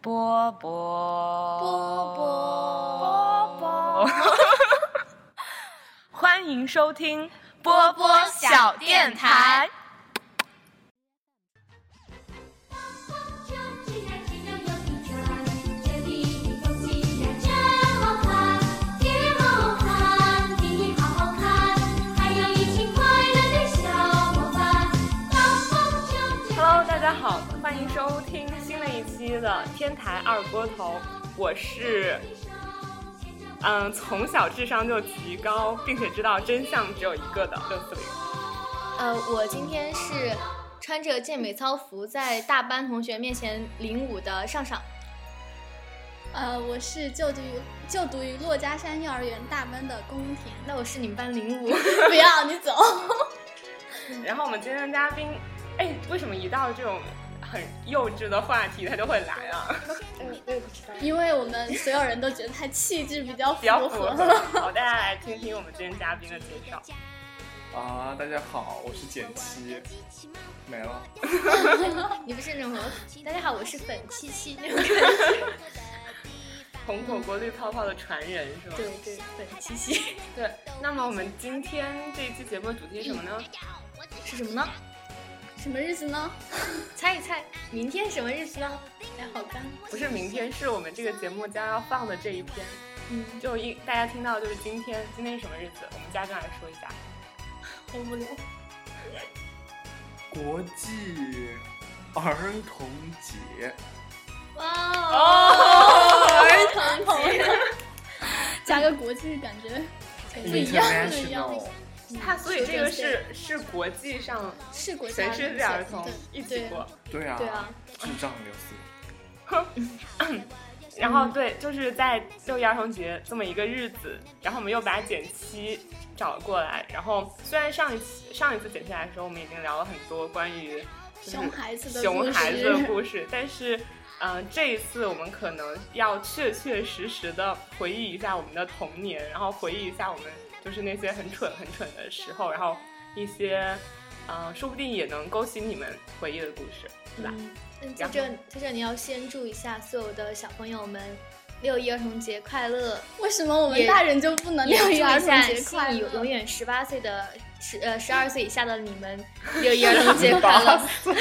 波波波波波， 欢迎收听波波小电台。秋既然这样又一转，这里的风景呀这么看，天好看，地也好好看，还有一群快乐的小伙伴。当风筝这样 Hello，大家好，欢迎收听新的一期的《天台二锅头》，我是嗯从小智商就极高，并且知道真相只有一个的六四零。呃，我今天是穿着健美操服在大班同学面前领舞的上上。。呃，我是就读于就读于珞珈山幼儿园大班的宫田那我是你们班领舞， 不要你走， 然后我们今天的嘉宾，哎，为什么一到这种很幼稚的话题他就会来啊？因为我们所有人都觉得他气质比较比较符符合 合。。好，大家来听听我们今天嘉宾的介绍。啊，大家好，我是简七，没了。你不是那 种大家好，我是粉七七那种感红火锅绿泡泡的传人是吗？觉。对对，粉七七对。那么我们今天这一期节目的主题是什么呢？是什么呢？什么日子呢？猜一猜，明天什么日子呢？哎，好干。不是明天，是我们这个节目将要放的这一天。嗯，就一大家听到就是今天，今天是什么日子？我们家长来说一下，好无聊。国际儿童节，哇哦，儿童节，加个国际感觉不一样不一样。 International，它所以这个是是国际上是国家全世界儿童对一起过，对啊，对啊，智障流四。 然后对，就是在六一儿童节这么一个日子，然后我们又把减七找过来，然后虽然上一次上一次减七来的时候，我们已经聊了很多关于就是熊孩子的熊故孩子的事故 事，但是。嗯、这一次我们可能要确确实实的回忆一下我们的童年，然后回忆一下我们就是那些很蠢很蠢的时候，然后一些，嗯、说不定也能勾起你们回忆的故事，对吧？嗯，在这在这里要先祝一下所有的小朋友们六一儿童节快乐，为什么我们也大人就不能也六祝一一儿下童节心快里乐？永远十八岁的十呃十二岁以下的你们，六一儿童节快 乐。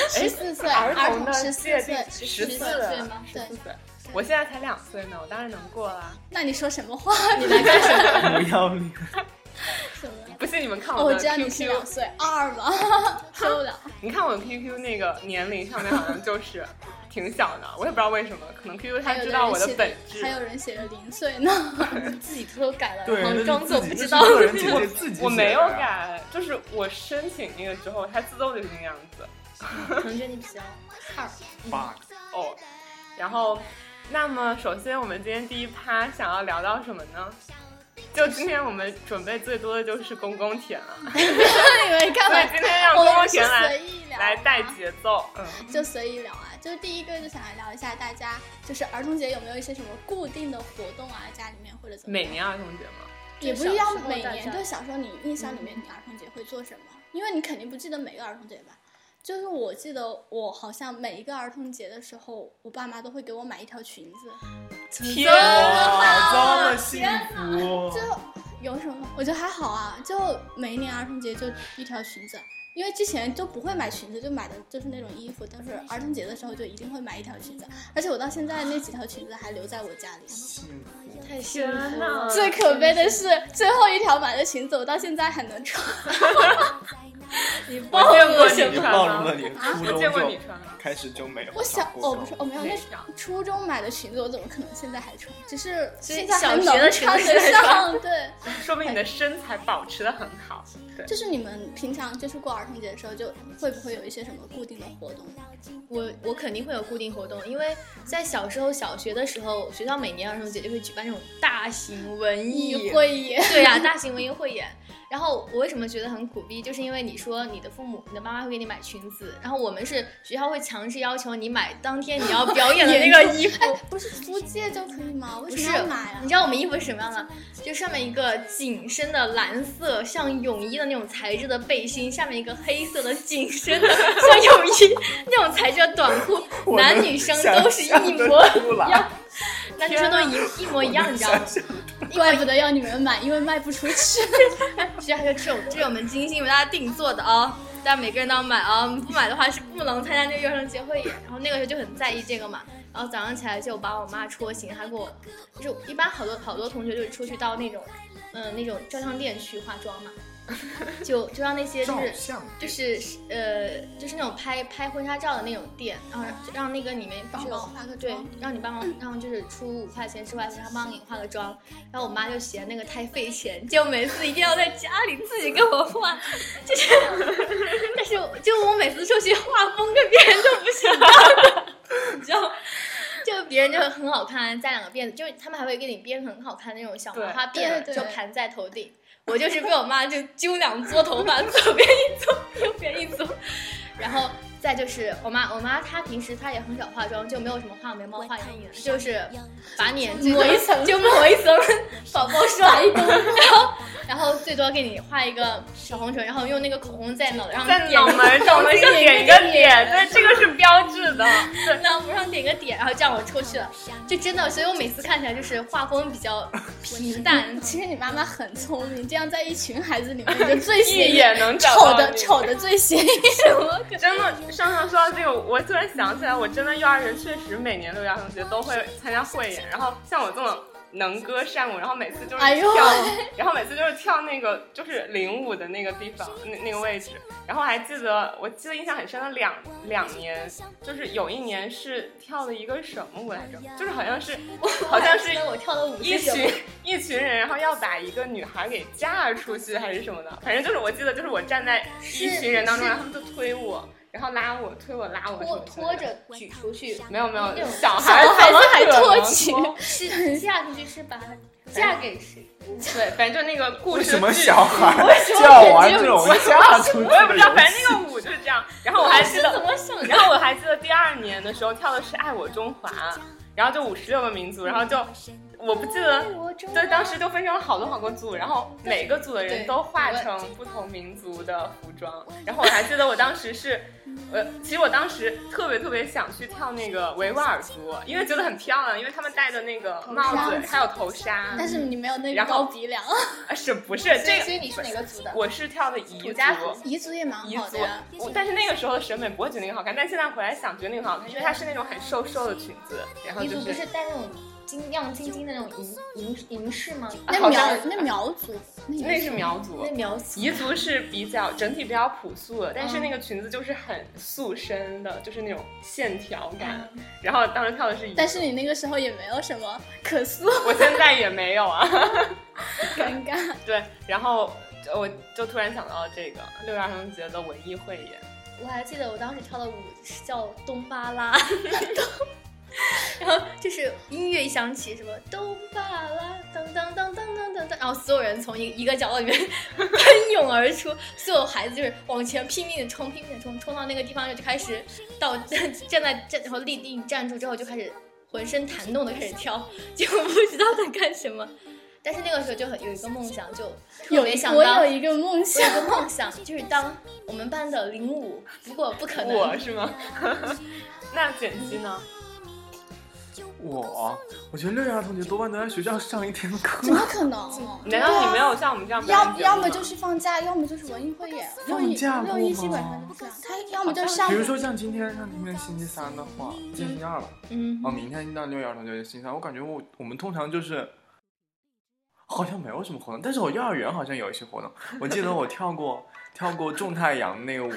十四岁儿童童的十四界定岁，十四四岁了吗？，十对四，岁。我现在才两岁呢，我当然能过啦！那哦你说什么话？你来干不要脸！什么？不信你们看哦，我我的知道你是 QQ，、两岁二吧，受不了。你看我的 QQ 那个年龄上面好像就是挺小的，我也不知道为什么，可能 QQ 它还有知的道人我的写本质还。有人写着零哦岁 呢。自己偷偷改了，对，然那后是装作自不己知那道。是个人姐姐自己我写没有的啊呀。改，就是我申请那个之后，它自动就是那个样子。可能觉得你比较二， bug，哦，然后，那么首先我们今天第一趴想要聊到什么呢？就今天我们准备最多的就是公公田 了，你们干所以嘛？今天让我公公们是田来随意聊来带嘛节奏，嗯。就随意聊啊。就是第一个就想来聊一下大家，就是儿童节有没有一些什么固定的活动啊？家里面或者怎么每样？年儿童节吗？也不是要每小时候大年。家对，小时候你印象里面你儿童节会做什么？因为你肯定不记得每个儿童节吧。就是我记得我好像每一个儿童节的时候，我爸妈都会给我买一条裙子，天啊哇，这么幸福！就有什么？我觉得还好啊，就每一年儿童节就一条裙子，因为之前就不会买裙子，就买的就是那种衣服，但是儿童节的时候就一定会买一条裙子，而且我到现在那几条裙子还留在我家里。幸福，太幸天福了哪！ 最可悲的是，最后一条买的裙子我到现在还能穿，你我暴见露过了什啊你你穿暴露吗了？你的初我中见过就你穿吗？开始就没有我小想哦过不是我没有那没是有初中买的裙子，我怎么可能现在还穿？只是所以现在还小学的能裙穿子还得穿上， 对。说明你的身材保持的很好。对，就是你们平常就是过儿童节的时候，就会不会有一些什么固定的活动？我我肯定会有固定活动，因为在小时候小学的时候，学校每年儿童节就会举办这种大型文艺你会也啊对呀、大型文艺汇演。然后我为什么觉得很苦逼，就是因为你说你的父母、你的妈妈会给你买裙子，然后我们是学校会强制要求你买当天你要表演的那个衣服。哎，不是租借就可以吗？为不什是么要买啊你？知道我们衣服是什么样的？就上面一个紧身的蓝色像泳衣的那种材质的背心，下面一个黑色的紧身的 像泳衣那种材质的短裤， 我男能女生想都是象一得模，出来，男女生都一一模一样，你知道吗？怪不得要你们买，因为卖不出去。其实还有这种，这是我们精心为大家定做的啊、大家每个人都要买啊、不买的话是不能参加这个幼儿节会演。然后那个时候就很在意这个嘛，然后早上起来就把我妈戳醒，还给我，就是一般好多好多同学就出去到那种，嗯、那种照相店去化妆嘛， 就就让那些就照是。相就是呃，就是那种拍拍婚纱照的那种店，然后让那个里面帮是忙化个对妆，让你帮忙，然后就是出五块钱、十块钱，他帮你化个妆。然后我妈就嫌那个太费钱，结果每次一定要在家里自己给我化，就是，但是我就我每次出去画风跟别人都不是一样 的，你知道吗？就别人就很好看，扎两个辫子，就是他们还会给你编很好看的那种小麻花对辫，对对就盘在头顶。我就是被我妈就揪两撮头发， 左边一撮，右边一撮，然后再就是我妈，我妈她平时她也很少化妆，就没有什么画眉毛、画眼影，就是把脸最多抹一层，就抹一层宝宝刷 一层，然后然后最多给你画一个小红唇，然后用那个口红在脑袋上 在点脑门脑门上点一个点，对，这个是标志 的。对，脑门上点个点，然后这样我出去了，就真的，所以我每次看起来就是画风比较平淡嗯 其实你妈妈很聪明，这样在一群孩子里面，你就最显一眼能找丑到的你丑的最显眼。 真的，上上说到这个，我突然想起来，我真的幼儿园确实每年六一儿童节都会参加汇演，然后像我这么能歌善舞，然后每次就是跳，哎呦然后每次就是跳那个就是领舞的那个地方那那个位置，然后还记得我记得印象很深的两两年，就是有一年是跳的一个什么舞来着，就是好像是好像是我还记 得我跳的舞一是什群么？一群人，然后要把一个女孩给嫁出去还是什么的，反正就是我记得就是我站在一群人当中，是然后他们就推我，然后拉我，推我拉我，拖什么拖之类的。着举出去，没有没有那种，小孩小孩怎么还可能哦托起拖是嫁出去是把嫁给谁？对，反正那个故为事什么剧小孩要玩这种嫁出去我也不的知道，反正游那个舞就是这样。然后我还记 得，然后我还记得第二年的时候跳的是《爱我中华》，然后就五十六个民族，然后就我不记得，对，当时就分成了好多好多组，然后每个组的人都化成不同民族的服装。然后我还记得我当时是，呃，其实我当时特别特别想去跳那个维吾尔族，因为觉得很漂亮，因为他们戴的那个帽子还有头纱， 但是你没有那个然后高鼻梁，啊是不是所这以个？所以你是哪个族的？我是跳的彝土家族。彝族也蛮彝好的族呀。，我但是那个时候的审美不会觉得那个好看，但现在回来想觉得那个好看，因为它是那种很瘦瘦的裙子，然后彝就族不是是戴那种金亮晶晶的那种银银银饰吗？啊那好像苗那苗族，那是苗族那，苗族彝族是比较整体比较朴素的，但是嗯那个裙子就是很塑身的，就是那种线条感。然后当时跳的是彝族，嗯但是你那个时候也没有什么可塑，我现在也没有啊。 尴尬。对，然后我就突然想到了这个六一儿童节的文艺汇演，我还记得我当时跳的舞是叫《东巴拉》， 然后就是音乐一响起，什么东巴拉，噔噔噔噔噔噔噔，然后所有人从一一个角落里面 喷涌而出，所有孩子就是往前拼命的冲，拼命的冲，冲到那个地方就开始到 站在站，然后立定站住之后就开始浑身弹动的开始跳，就不知道在干什么。但是那个时候就很有一个梦想，就特有别一想我当有一个梦我想有， 个梦想，就是当我们班的零五，不过不可我能。是吗？ 那简溪呢？我啊我觉得六一儿童节多半都在学校上一天课怎，么可能？难道你没有像我们这样表演节啊要目吗要么就是放假，要么就是文艺汇演。六一放假六过一吗基本上就是这样，他要么就是上比如说像今天，像今天星期三的话，今天星期二了，嗯哦，，明天那六一儿童节星期三，我感觉我我们通常就是好像没有什么活动，但是我幼儿园好像有一些活动，我记得我跳过跳过种太阳那个舞，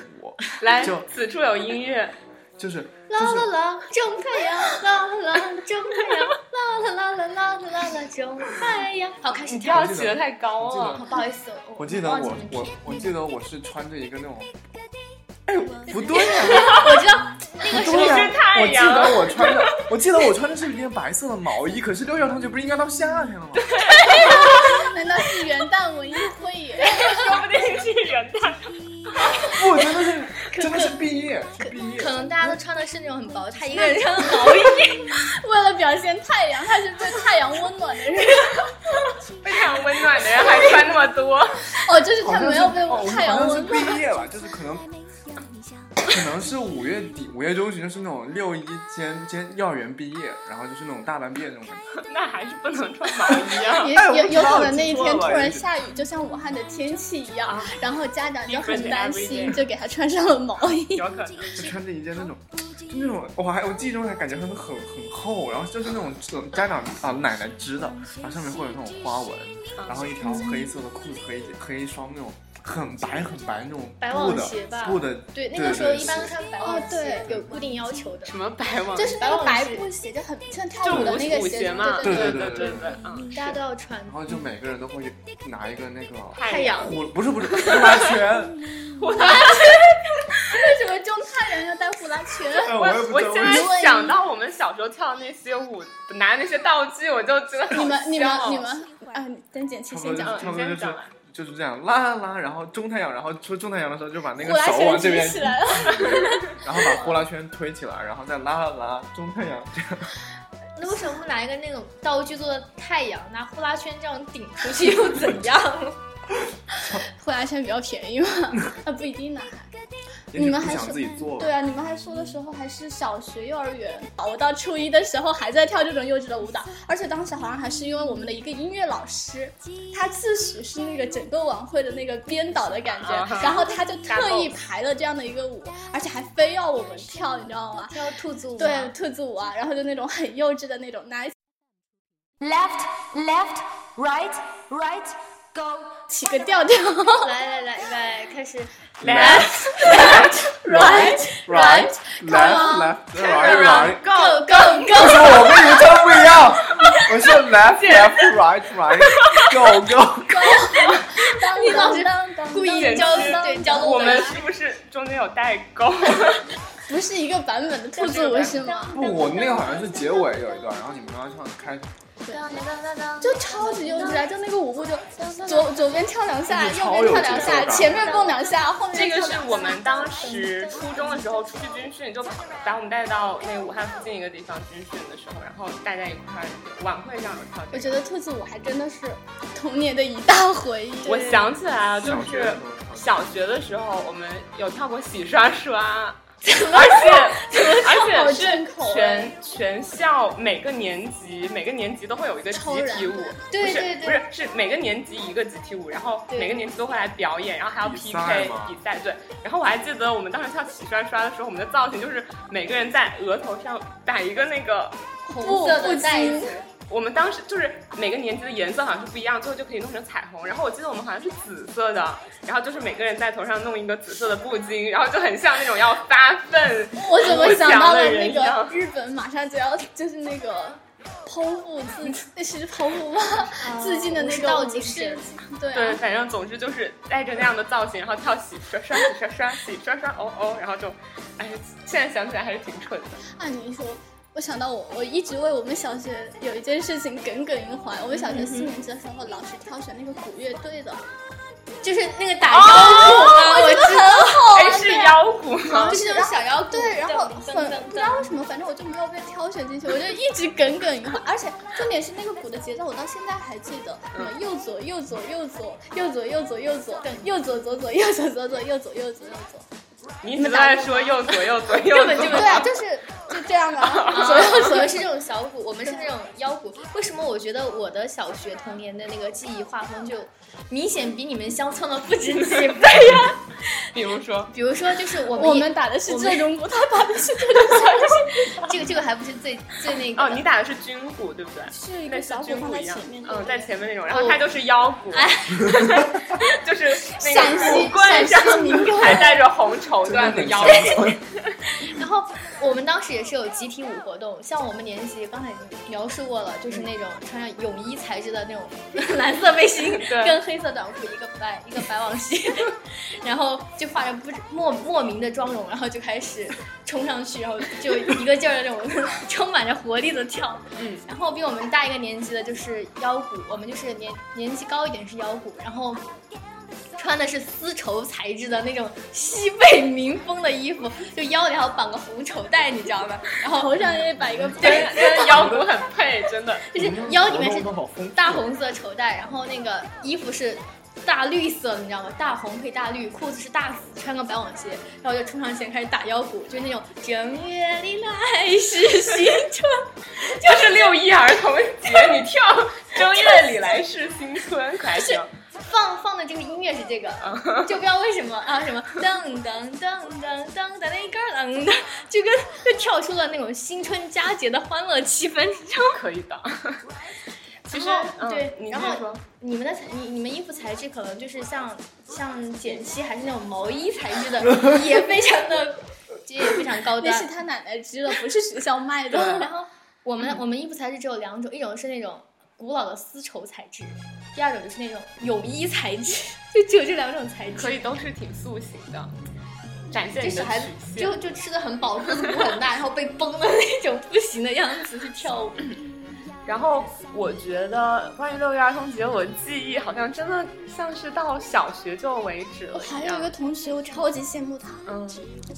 来就，此处有音乐。就是啦就啦是啦，种太阳，啦啦啦，种太阳，啦啦啦啦啦啦啦啦，种太阳。好，开始你跳调。起的太高我记了得，好，不好意思，我记得忘记我了 我我记得我是穿着一个那种，哎呦不对呀、我知道，那个时对候呀、是太我记阳得我穿的，我记得我穿的是一件白色的毛衣，可是六一儿同学不是应该到夏天了吗？难道是元旦文艺汇演？啊 说不定是元旦。不，真的是，真的是毕业，是毕业。可能大家都穿的是那种很薄，他一个人穿毛衣，为了表现太阳，他是被太阳温暖的人。 非常温暖的人还穿那么多， 哦，就是好他像是没有被哦我太阳好像是温暖。毕业了，就是可能可能是五月底、五月中旬，就是那种六一间间幼儿园毕业，然后就是那种大班毕业那种感觉。那还是不能穿毛衣啊。也哎我有不知有道可能那一记错天了突然下雨，就像武汉的天气一样啊，然后家长就 Different 很 every 担心， day 就给他穿上 了毛衣。有可能就穿着一件那种，就那种，我还我记忆中还感觉很很很厚，然后就是那种这种家长啊奶奶织的，然后上面会有那种花纹，然后一条黑色的裤子和一和一双那种很白很白那种白布网的鞋吧布的，对，那个时候对一般都穿白哦网鞋，对有固定要求的。什么白网，就是那个白布鞋，就很像就跳舞的那个舞舞鞋嘛，对对对对。对对对对，嗯，大家都要穿然后就每个人都会拿一个那个太 阳，我不是不是呼啦圈， 为什么种太阳要戴呼啦圈？哎我我也不我知道现为什么在想到我们小时候跳那些舞，拿那些道具，我就觉得 你们你们你们们啊，等简差七不多先你先讲。就是差不多就是讲吧就是这样拉拉拉，然后中太阳，然后出中太阳的时候就把那呼个啦手往圈这边举起，来了，然后把呼啦圈推起来，然后再拉拉拉中太阳，这样那为什么不拿一个那种道具做的太阳，拿呼啦圈这样顶出去又怎样？ 呼啦圈比较便宜嘛， 那不一定呢。也许你们不还想是自己做吧对。啊，你们还说的时候还是小学、幼儿园，啊我到初一的时候还在跳这种幼稚的舞蹈，而且当时好像还是因为我们的一个音乐老师，他自诩是那个整个晚会的那个编导的感觉啊哈，然后他就特意排了这样的一个舞，而且还非要我们跳，你知道吗？跳兔子舞吗对，兔子舞啊，然后就那种很幼稚的那种 nice。 Left, left, right, right, go. 起个调调来来来来，开始 left ，right right 哎 on left left right right， go go 为 go，什么我跟你们唱的不一样？我是 left left right right go go，当当当当，故意教对教我我们是不是中间有代 沟？不是一个版本的兔子舞是吗？不，我那个好像是结尾有一段，然后你们刚刚唱的开头，就超级幼稚啊！就那个舞步就左左边跳两下，那就右超边跳两有节奏下，感前面蹦两下，后面这个跳是两我下们当时初中的时候出去军训，就把我们带到那个武汉附近一个地方军训的时候，然后大家一块儿晚会上有跳这个。我觉得兔子舞还真的是童年的一大回忆。我想起来啊了，就小是学的时候小学的时候，我们有跳过洗刷 刷，而且而且正是口哎全全校每个年级每个年级都会有一个集超燃体舞，对不是对对不是是每个年级一个集体舞，然后对每个年级都会来表演，然后还要比 PK 赛吗比赛，对。然后我还记得我们当时跳洗刷刷的时候，我们的造型就是每个人在额头上打一个那个。红色的带子，我们当时就是每个年级的颜色好像是不一样，最后就可以弄成彩虹。然后我记得我们好像是紫色的，然后就是每个人在头上弄一个紫色的布巾，然后就很像那种要发奋。我怎么想到了那我想个的日本马上就要就是那个剖腹自那是剖腹吗？自尽的那个道舞尽是是，对对，啊，反正总之就是带着那样的造型，然后跳洗刷刷洗刷刷洗刷刷哦哦，然后就，哎，现在想起来还是挺蠢的。按你一说。我想到我，我一直为我们小学有一件事情耿耿于怀。我们小学嗯四年级的时候，老师挑选那个鼓乐队的，就是那个打招哦呼啊，我知道，哎，是腰鼓吗就？是那种小腰鼓，对，然后噔很噔不知道噔为什么，反正我就没有被挑选进去，我就一直耿耿于怀。而且重点是那个鼓的节奏，我到现在还记得，什嗯么右左右左右左右左右左右左右左左左右左左左右左右左右左，你一直都在说右左右左右左，啊对，啊就是就这样啊。 左右左右是这种小鼓，我们是那种腰鼓。为什么我觉得我的小学童年的那个记忆画风就明显比你们相像的不止几倍呀？比如说，比如说，就是我们我们打的是这种鼓，他打的是这种这个这个还不是最最那个哦，的你打的是军鼓对不对？是一类个似小鼓军放鼓在一样前面，，嗯，在前面那种，然哦后它就是腰鼓，就是那陕个西骨棍陕西上民歌还带着红绸缎的腰鼓，然后我们当时也是有集体舞活动，像我们年级刚才已经描述过了，就是那种穿上泳衣材质的那种蓝色背心对跟黑色短裤，一个白一个白网鞋， 然后就化着不知莫莫名的妆容，然后就开始冲上去，然后就一个劲儿的那种 充满着活力的跳。嗯，然后比我们大一个年级的就是腰鼓，我们就是年年级高一点是腰鼓，然后穿的是丝绸材质的那种西北民风的衣服，就腰里还要绑个红绸带，你知道吗？然后头上也摆一个跟跟腰鼓很配，真的。就是腰里面活是动都好丰富大红色绸带，然后那个衣服是大绿色，你知道吗？大红配大绿，裤子是大紫，穿个白网鞋，然后就冲上前开始打腰鼓，就那种正月里来是新春，就是六一儿童节，你跳正月里来是新春，还行。放放的这个音乐是这个，就不知道为什么啊，什么噔噔噔噔噔噔那个噔噔，就跟就跳出了那种新春佳节的欢乐气氛，你知道吗？可以的。其实然后，嗯对你然接着后说，你们的材，你你们衣服材质可能就是像像减七还是那种毛衣材质的，也非常的，也非常 高那是端。他奶奶织的，不是学校卖然嗯的。后我嗯们我们衣服材质只有两种，一种是那种古老的丝绸材质，第二种就是那种泳衣材质， 就只有这两种材质。可以都是挺塑形的，展现这你的小孩子曲就线。就吃的很饱，肚子鼓很大，然后被崩的那种不行的样子去 跳舞。然后我觉得关于六一儿童节，我记忆好像真的像是到小学就为止了我哦还一有一样。个同学，我超级羡慕他，嗯，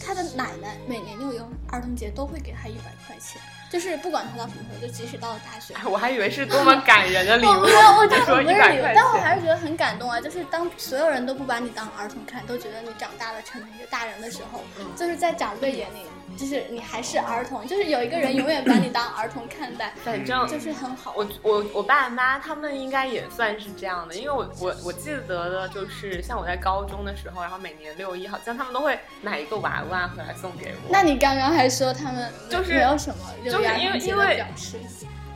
他的奶奶每年六一儿童节都会给他一百块钱，就是不管他到什么时候，就即使到了大学。 哎我还以为是多么感人的礼我物 没有，我，你真的说不一是百礼物块，但我钱，还是觉得很感动啊！就是当所有人都不把你当儿童看，都觉得你长大了成为一个大人的时候，嗯就是在长辈眼里，就是你还是儿童，就是有一个人永远把你当儿童看待，反正就是很好。我我我爸妈他们应该也算是这样的，因为我我我记得的就是像我在高中的时候，然后每年六一好像他们都会买一个娃娃回来送给我。那你刚刚还说他们就是没有什么就有是儿因为童节因的为表示，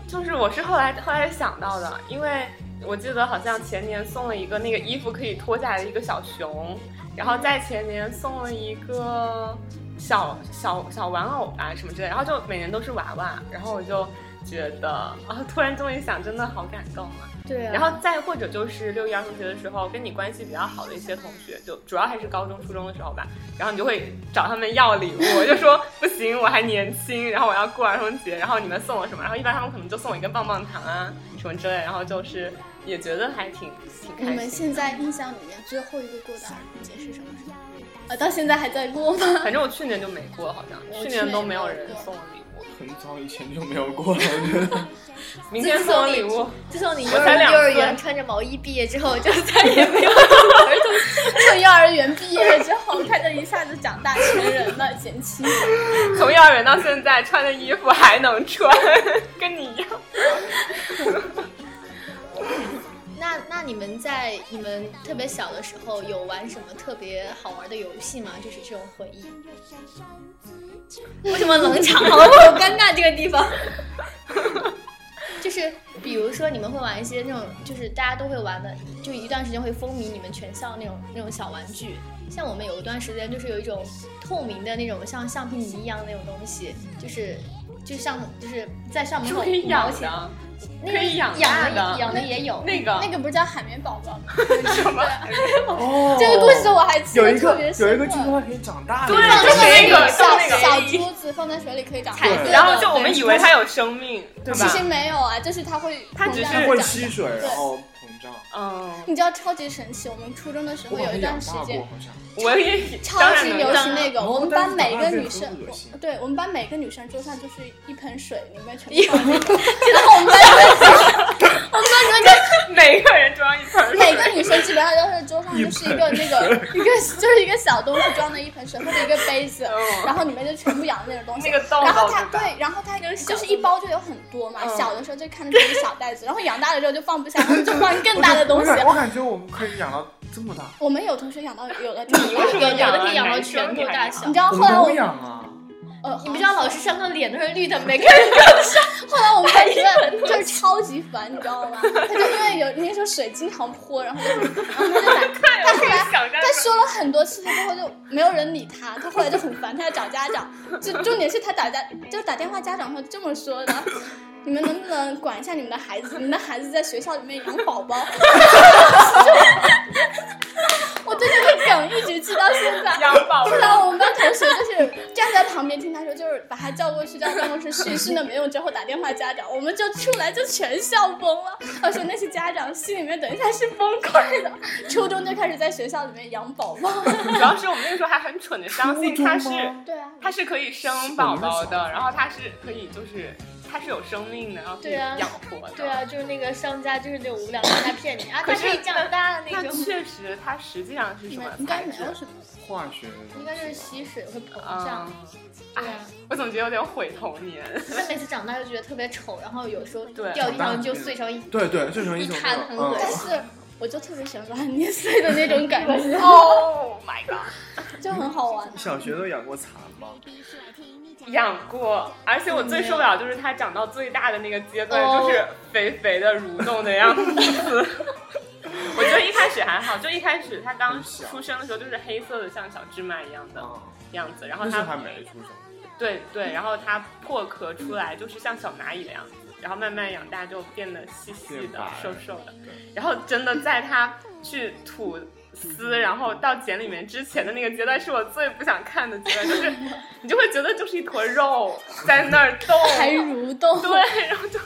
就是我是后来后来想到的，因为我记得好像前年送了一个那个衣服可以脱下来的一个小熊，然后在前年送了一个小小小玩偶啊什么之类的，然后就每年都是娃娃，然后我就觉得啊，突然终于想，真的好感动啊。对然后再或者就是六一儿童节的时候，跟你关系比较好的一些同学，就主要还是高中、初中的时候吧，然后你就会找他们要礼物，我就说不行，我还年轻，然后我要过儿童节，然后你们送我什么？然后一般他们可能就送我一根棒棒糖啊什么之类，然后就是也觉得还挺挺你开们心。现在印象里面最后一个过的儿童节是什么时候？啊，到现在还在过 吗？反正我去年就没过，好我像去去年年都没有也没人有过送我礼物，很早以前就没有过了，我觉得。明天送我礼 物，自从你幼我才儿两幼儿岁园穿着毛衣毕业之后，就再也没有从幼儿园毕业了之后，他就一下子长大成人了，前妻。 从幼儿园到现在穿的衣服还能穿，跟你一样。那那你们在你们特别小的时候有玩什么特别好玩的游戏吗？就是这种回忆。为什么冷场？好好尴尬这个地方。 就是比如说你们会玩一些那种，就是大家都会玩的，就一段时间会风靡你们全校那种那种小玩具。像我们有一段时间就是有一种透明的那种像橡皮泥一样的那种东西，就是就像就是在上门是口可以养起来的，那可个以养大养的的养的也有，那个那个不是叫海绵宝宝吗？ 什么？哦这个故事我还记 有得一特个别深刻。有一个就是它可以长大的，对放就是在那个小放那个小珠子放在水里可以长彩大色的然后就我们以为它有生命，对其吧？实没有啊，就是它会它只是膨胀它地会长吸大水，对然后膨胀。嗯，你知道超级神奇，我们初中的时候我好有像一养段时大间过，好像。我也超级流行那个，个，然后我们但班是每长个大女变生得很恶心，我对我们班每个女生桌上就是一盆水，里面全 部放那个。 然后我们班 每个人装一 盆每水，个女生基本上都是桌上就是一个那个一个就是一个小东西装的一盆水或者一个杯子，嗯然后里面就全部养的那种东西。那个豆豆然后它对吧对，然后它小就是一包就有很多嘛，嗯小的时候就看着就是小袋子，然后养大了之后就放不下，然后就放更大的我东西。感我感觉我们可以养到这么大。我们有同学养到有的挺大为什有么有养的啊可以养到男生拳头养大啊小你。知道我后们来都我养啊，呃，你不知道老师上课脸都是绿的，每个人都是。后来我们班主任就是超级烦，你知道吗？ 他就因为有那时候水经常泼，然后就然后他就把看他我后来想象他说了很很多次之后就没有人理他，他后来就很烦，他要找家长。就重点是他打家，就是打电话，家长会这么说的：你们能不能管一下你们的孩子？你们的孩子在学校里面养宝 宝。就我对这个梗一直记到现在。 养宝后 宝。来我们班同学就是站在旁边听他说，就是把他叫过去，叫办公室训，训了没用之后打电话家长，我们就出来就全校疯了。他说那些家长心里面等一下是崩溃的，初中就开始在学校里面养宝宝。主要是我们那个时候还很蠢的相信它是对啊，它是可以生宝宝的，然后它是可以就是它是有生命的，然后可以对啊养活的。 对啊，就是那个商家，就是那种无良商家骗你啊，可他是可以长大的那那种，确实它实际上是你什们么应该材没质？有什么。化学的东西吧，应该就是吸水会膨啊胀。，啊哎、我总觉得有点毁童年。他每次长大就觉得特别丑，然后有时候对掉地上就碎成一。对对，这种一一种摊很恶但心嗯，是我就特别喜欢把它捏碎的那种感 觉， Oh my god！就很好玩。嗯小学都养过蚕吗？养过，而且我最受嗯不了就是它长到最大的那个阶段，哦就是肥肥的蠕动的样 子。我觉得一开始还好，就一开始它刚很小出生的时候就是黑色的，像小芝麻一样的嗯，样子，然后那时候它还没出生。对对，然后它破壳出来就是像小蚂蚁的样子，然后慢慢养大就变得细细变的白、瘦瘦的对，然后真的在它去吐丝，然后到茧里面之前的那个阶段是我最不想看的阶段，就是 你就会觉得就是一坨肉在那儿动，还蠕动。对，然后就，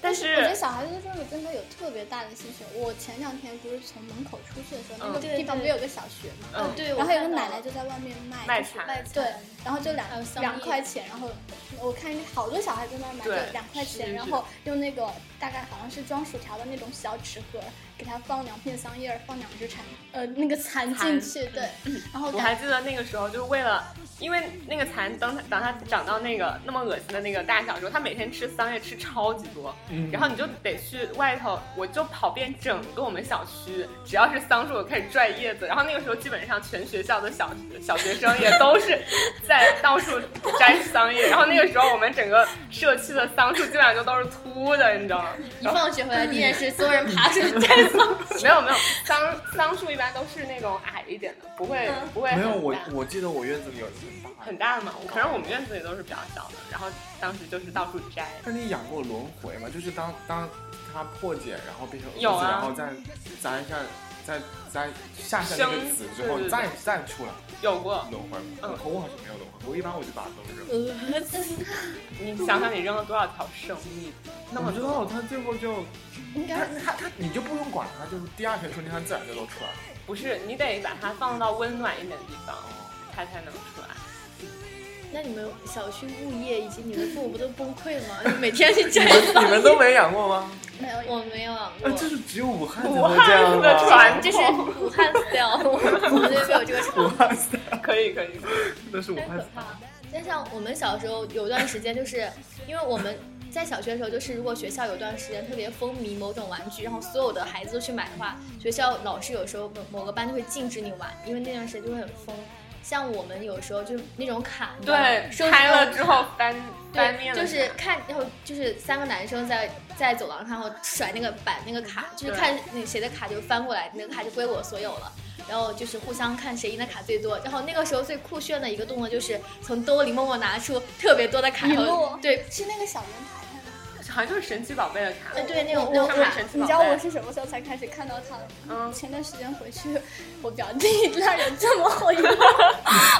但我觉得是小孩子这个真的有特别大的兴趣。我前两天不是从门口出去的时候，那个嗯地方不是有个小学嘛，嗯对，然我后有个看到奶奶了就在外面卖，卖就是惨，卖菜对，然后就两还有桑叶两块钱，然后我看好多小孩在那买，就对两块是钱，是然后用那个大概好像是装薯条的那种小纸盒，给它放两片桑叶儿，放两只蝉，呃，那个蚕蚕进去，对，嗯然后我感还记得那个时候，就是为了，因为那个蚕，等它等它长到那个那么恶心的那个大小之后，它每天吃桑叶吃超级多，嗯然后你就得去外头，我就跑遍整个我们小区，只要是桑树，我开始拽叶子。然后那个时候，基本上全学校的小小学生也都是在到处摘桑叶。然后那个时候，我们整个社区的桑树基本上就都是秃的，你知道吗？一放学回嗯来第一件事，所有人爬出去摘 桑。没有没有，桑桑树一般都是那种矮一点的，不会不会很没有，我大我记得我院子里有一盆大很。大嘛，反正我们院子里都是比较小的，然后当时就是到处摘。那你养过轮回吗？就是当当它破茧，然后变成蛾有子，啊然后再摘下再再下下那个生籽对之后对，对再再出来有过，轮回吗？嗯我我好像没有轮回，我一般我就把它都扔了。你想想你扔了多少条生命？那我么知多，道它最后就，应该它它它，你就不用管它，就是第二天春天它自然就都出来了。不是你得把它放到温暖一点的地方，它才能出来。那你们小区物业以及你们父母不都崩溃了吗？就每天去摘你桑。们都没养过吗？ 没有我没有养啊过，，这是只有武汉才武会这汉样啊的传吧？呃这是统，武汉 style，我们这边有这个武传统。汉的，可以可以，那是武汉可怕。但像我们小时候有段时间，就是因为我们在小学的时候，就是如果学校有段时间特别风靡某种玩具，然后所有的孩子都去买的话，学校老师有时候某某个班就会禁止你玩，因为那段时间就会很疯。像我们有时候就那种卡，你知道吗对，收集开到嗯了之后翻翻对，面了就是看，然后就是三个男生在在走廊上，然后甩那个板那个卡，就是看那谁的卡就翻过来，那个卡就归我所有了。然后就是互相看谁赢的卡最多。然后那个时候最酷炫的一个动作就是从兜里默默拿出特别多的卡，一然后摞对是那个小圆盘上的。好像就是神奇宝贝的卡，哎对那种上那种面卡神奇你宝知道贝我是什么时候才开始看到他的吗？嗯前段时间回去，我表弟那有这么厚 一包，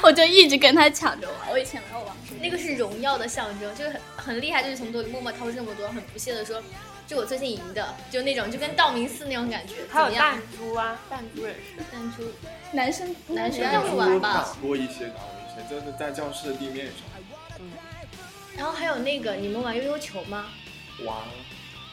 我就一直跟他抢着玩。我以前没有玩过那个是荣耀的象征，就是很很厉害，就是从兜里默默掏出这么多，很不屑的说。就我最近赢的，就那种就跟道明寺那种感觉，怎还么有样弹？珠啊，弹珠也是，弹珠，男生，男生应该要没是有玩吧打多一些，打多一些，就是在教室的地面上然后还有那个，你们玩悠悠球吗？玩。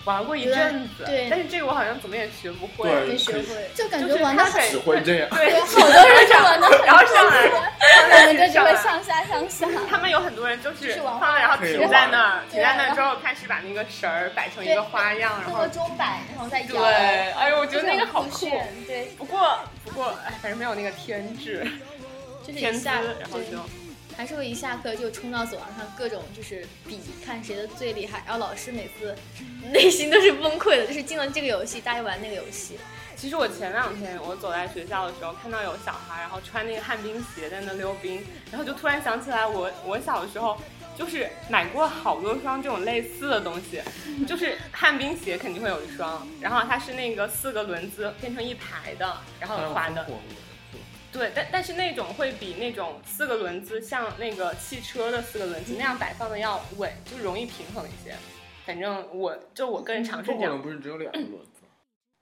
玩过一阵子，对但是这个我好像怎么也学不会，对没学会。就感就是觉玩的它很，得只会这样。 对，好多人就玩的很， 然后上来，我们就只上会来上下上下。他们有很多人就是就是玩放了，然后停在那儿，对停在那儿之后开始把那个绳儿摆成一个花样，然做后个钟摆，然后再对，摇。哎呦，我觉得那个好酷就是很。酷炫对，不过不过，哎，反正没有那个天智就是天一资，下，然后对就还是会一下课就冲到走廊上各种就是比看谁的最厉害，然后老师每 次内心都是崩溃的，就是进了这个游戏，大家又玩那个游戏，其实我前两天我走在学校的时候，看到有小孩，然后穿那个旱冰鞋在那溜冰，然后就突然想起来我我小时候。就是买过好多双这种类似的东 西，就是旱冰鞋肯定会有一双，然后它是那个四个轮子变成一排的，然后嗯滑的，对，但但是那种会比那种四个轮子像那个汽车的四个轮子那样摆放的要稳，就容易平衡一些。反正我就我个人尝试风这火轮样。不是只有两个轮子，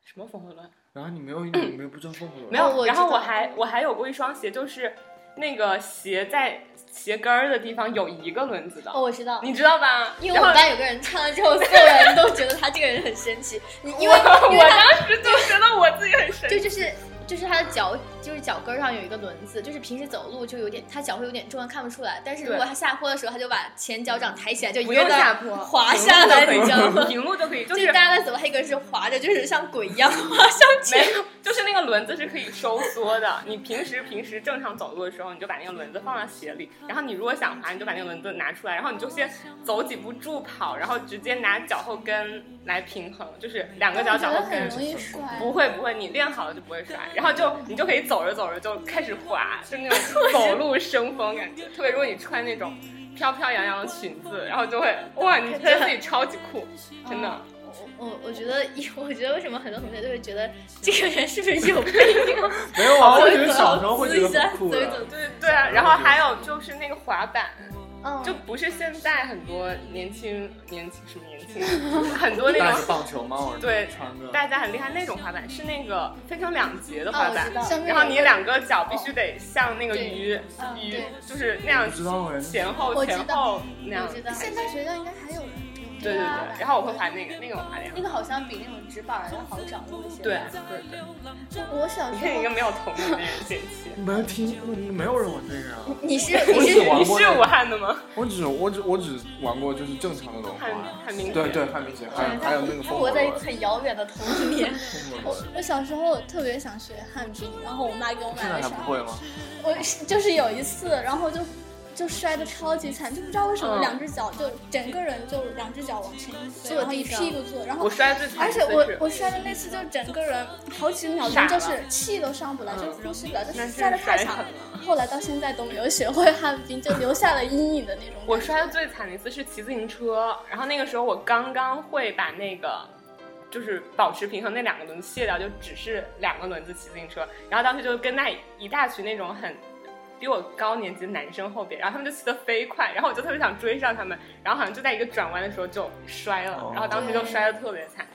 什么风和轮？然后你没有你没有不知道风火轮没哦有。我然后知道我还我还有过一双鞋，就是那个鞋在鞋跟儿的地方有一个轮子的，哦，我知道。你知道吧？因为我们然后班有个人穿了之后，所有人都觉得他这个人很神奇。你因为我因我为他当时就觉得我自己很神就奇。就是就是他的脚就是脚跟儿上有一个轮子，就是平时走路就有点他脚会有点重，啊看不出来。但是如果对他下坡的时候，他就把前脚掌抬起来，就一不个用字下儿坡，滑下来，你知 道吗？屏幕就可以，就就是大家在走，他一个是滑着，就是像鬼一样滑上 去。没啊有，就是那个轮子是可以收缩的。你平时平时正常走路的时候，你就把那个轮子放到鞋里，嗯然后你如果想滑，你就把那个轮子拿出来，然后你就先走几步助跑，然后直接拿脚后跟来平衡，就是两个脚我觉脚得后跟很。容易摔。不会不会，你练好了就不会摔，然后 就你就可以走着走着就开始滑，就那种走路生风感觉。特别如果你穿那种飘飘扬扬的裙子，然后就会哇，你觉得自己超级酷，真哦的。我我我觉得， 我觉得为什么很多同学都会觉得这个人是不是 有病？没有啊，走我一觉得走小时候会走觉一得走很酷走一 的走，对对啊，然后还有就是那个滑板，嗯，就不是现在很多年轻年轻什么年轻，很多那戴着种棒球帽，对穿着大家很厉害那种滑板，是那个分成两节的哦，滑我板知，道。上面然后有你个两个脚必须得像那个对鱼嗯鱼对，就是那样我不知道哎前后我知前道后那样我。知道，现在学校应该还有人用对对这个对，然后我会滑那个，那个我滑两那个。个好像比那种直板儿的好掌握一些。对对对，我小你时看一个候，没有头脑的人嫌弃。没有听，没有人玩这个啊！你是 我你只是玩你过是那武个，汉的吗？我只我只我只玩过就是正常的轮滑汉，汉冰对对，旱冰鞋，还有还有那个风火活在轮，很遥远的童年。风火我轮，我小时候特别想学旱冰，然后我妈给我买现在了还双不。会吗？我是就是有一次，然后就就摔得超级惨，就不知道为什么嗯两只脚就整个人就两只脚往前一坐，然后一屁股坐，然后我摔最惨而的且次我是我摔的那次就整个人好几秒傻钟了就是气都上不来，嗯就呼吸不来，就那是是摔得太摔惨狠了。后来到现在都没有学会旱冰，就留下了阴影的那种感觉。我摔的最惨的一次是骑自行车，然后那个时候我刚刚会把那个就是保持平衡那两个轮子卸掉，就只是两个轮子骑自行车。然后当时就跟那一大群那种很比我高年级的男生后边，然后他们就骑得飞快，然后我就特别想追上他们，然后好像就在一个转弯的时候就摔了哦，然后当时就摔得特别惨，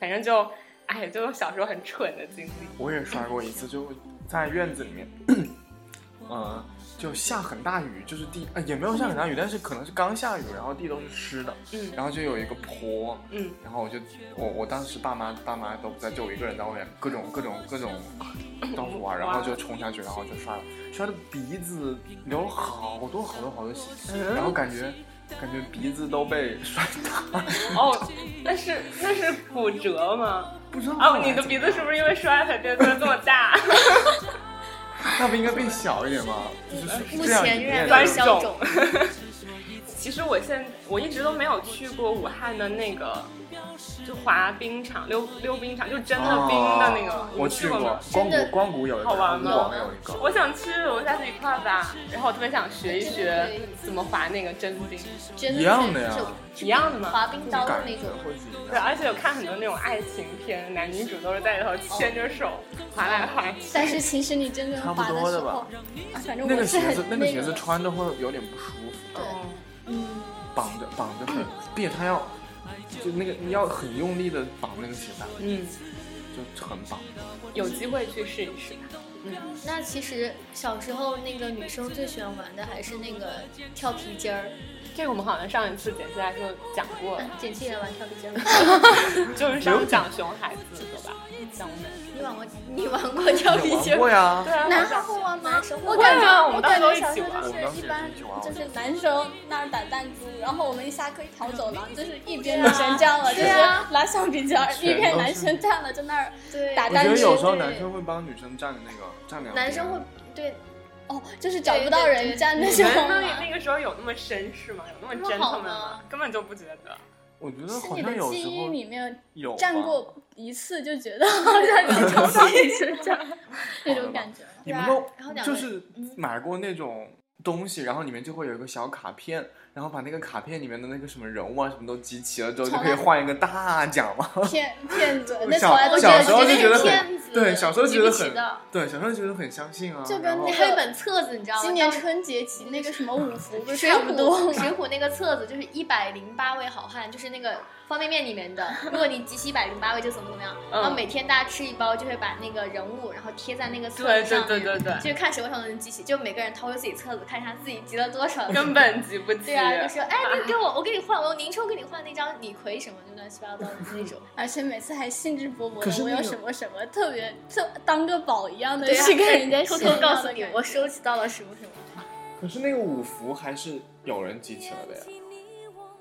反正就哎，就小时候很蠢的经历。我也摔过一次，就在院子里面， 呃，就下很大雨，就是地、呃、也没有下很大雨，但是可能是刚下雨，然后地都是湿的，嗯然后就有一个坡，嗯，然后我就我我当时爸妈爸妈都不在，就我一个人在外面各种各种各种到处玩，然后就冲下去，然后就摔了，摔的鼻子流了好多好多好多血，嗯然后感觉感觉鼻子都被摔塌，哦，那是那是骨折吗？ 不知道哦，你的鼻子是不不是因为摔才变得这么大？那不应该变小一点吗？就是呃目这样前一仍然面没有的消肿。 其实我现我一直都没有去过武汉的那个，就滑冰场、溜溜冰场，就真的冰的那个。哦你我们去去过吗？，光真谷的光谷有一个，好玩吗光谷有一个。我想去，我们下次一块儿吧。然后我特别想学一学怎么滑那个真冰，真一样的呀一样的嘛。滑冰刀的感那觉种。会是一对，样。而且我看很多那种爱情片，男女主都是在里头牵着手滑来滑去。但是其实你真正滑的差不多时的候，吧啊，反正那我个是鞋很子，那个鞋子穿着会有点不舒服，哦绑着绑着很，并且它要就那个你要很用力的绑那个鞋带，嗯，就很绑。有机会去试一试吧。那其实小时候那个女生最喜欢玩的还是那个跳皮筋儿。这个我们好像上一次剪辑来时候讲过了嗯，简七也玩跳皮筋儿， 就是上讲熊孩子的吧，讲我们。 你玩过你玩过跳皮筋玩过儿？呀，对啊，男好像生会玩吗男生？会我玩感会啊我觉们我当时感都一觉起小玩时候就我们当是时一般一起玩就是男生那儿打弹珠，然后我们一下课一条走廊，就是一边女生站了，就是对啊拿橡皮筋儿，全一边都男是生站了就那儿对，打我觉单得机有时候对男生会帮女生站那个站两边，男生会对哦，就是找不到对对人对站的你时们 候那吗那个时候有那么绅士吗？有那么那么 gentleman 好吗吗？根本就不觉得。我觉得是好你像的有记时忆候里面有吧站。过一次就觉得好像你从哪里是这样那种感觉吗？你们然都啊然后两就个是嗯买过那种东西，然后里面就会有一个小卡片，然后把那个卡片里面的那个什么人物啊什么都集齐了之后，就从可以来换一个大奖嘛。骗骗子，那小从来都我是小时候就觉得是很骗子，对，小时候记觉得不起很的 对，小时候觉得很相信啊。就跟然后那还有一本册子，你知道吗？今年当春节起那个什么五福不是嗯水差不多 浒水浒那个册子就是一百零八位好汉，就是那个方便面里面的。如果你集齐一百零八位，就怎么怎么样。嗯然后每天大家吃一包，就会把那个人物然后贴在那个册对子上面，对对对对就是看谁会上能集齐。就每个人掏出自己册子，看一下自己集了多少。 根本急不急。对啊，就说哎，你给我，我给你换，我用宁抽给你换那张李逵什么，就乱七八糟的那 种。而且每次还兴致勃勃可是的，我那个有什么什么特别特当个宝一样的对啊去跟人家偷炫偷耀告诉的你感，觉我收集到了什么什么。可是那个五福还是有人集齐了的呀，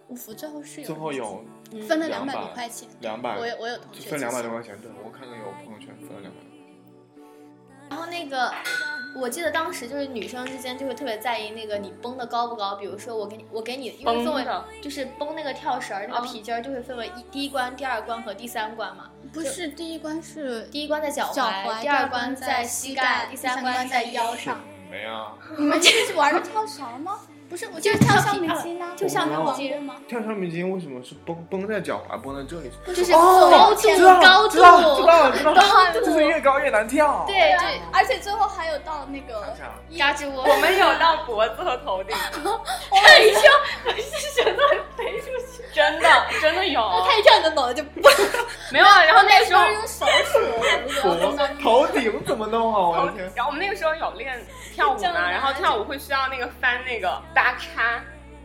五福最后是有最后有分了两两百百多块钱，两百，我有我有同就学分两百集多齐块钱，对我看到有朋友圈分了两百多。然后那个，我记得当时就是女生之间就会特别在意那个你绷的高不高，比如说我给你我给你，因为崩分为的，就是绷那个跳绳儿那个皮筋儿，就会分为一第一关、第二关和第三关嘛。不是第一关是第一关在脚脚踝，踝第第二二关在在膝膝盖第第三三关在在腰腰上上。没啊呀，你 们这是玩的跳绳吗？不是，我就是跳橡皮筋呢，就像我那们种要节日吗？跳橡皮筋为什么是绷绷在脚踝，绷在这里？就是哦高度知道高知道知度，道知道，就是越高越难跳。对啊对，而且最后还有到那个想啊想嘎吱窝。我们有到脖子和头 顶，哎看一下，真的真的有，一跳你的脑袋就不没有啊。然后那个时候是用手数，脖头顶怎么弄啊？我头的天，然后我们那个时候有练跳舞这样嘛，吗然后跳舞会需要那个翻那个搭咖，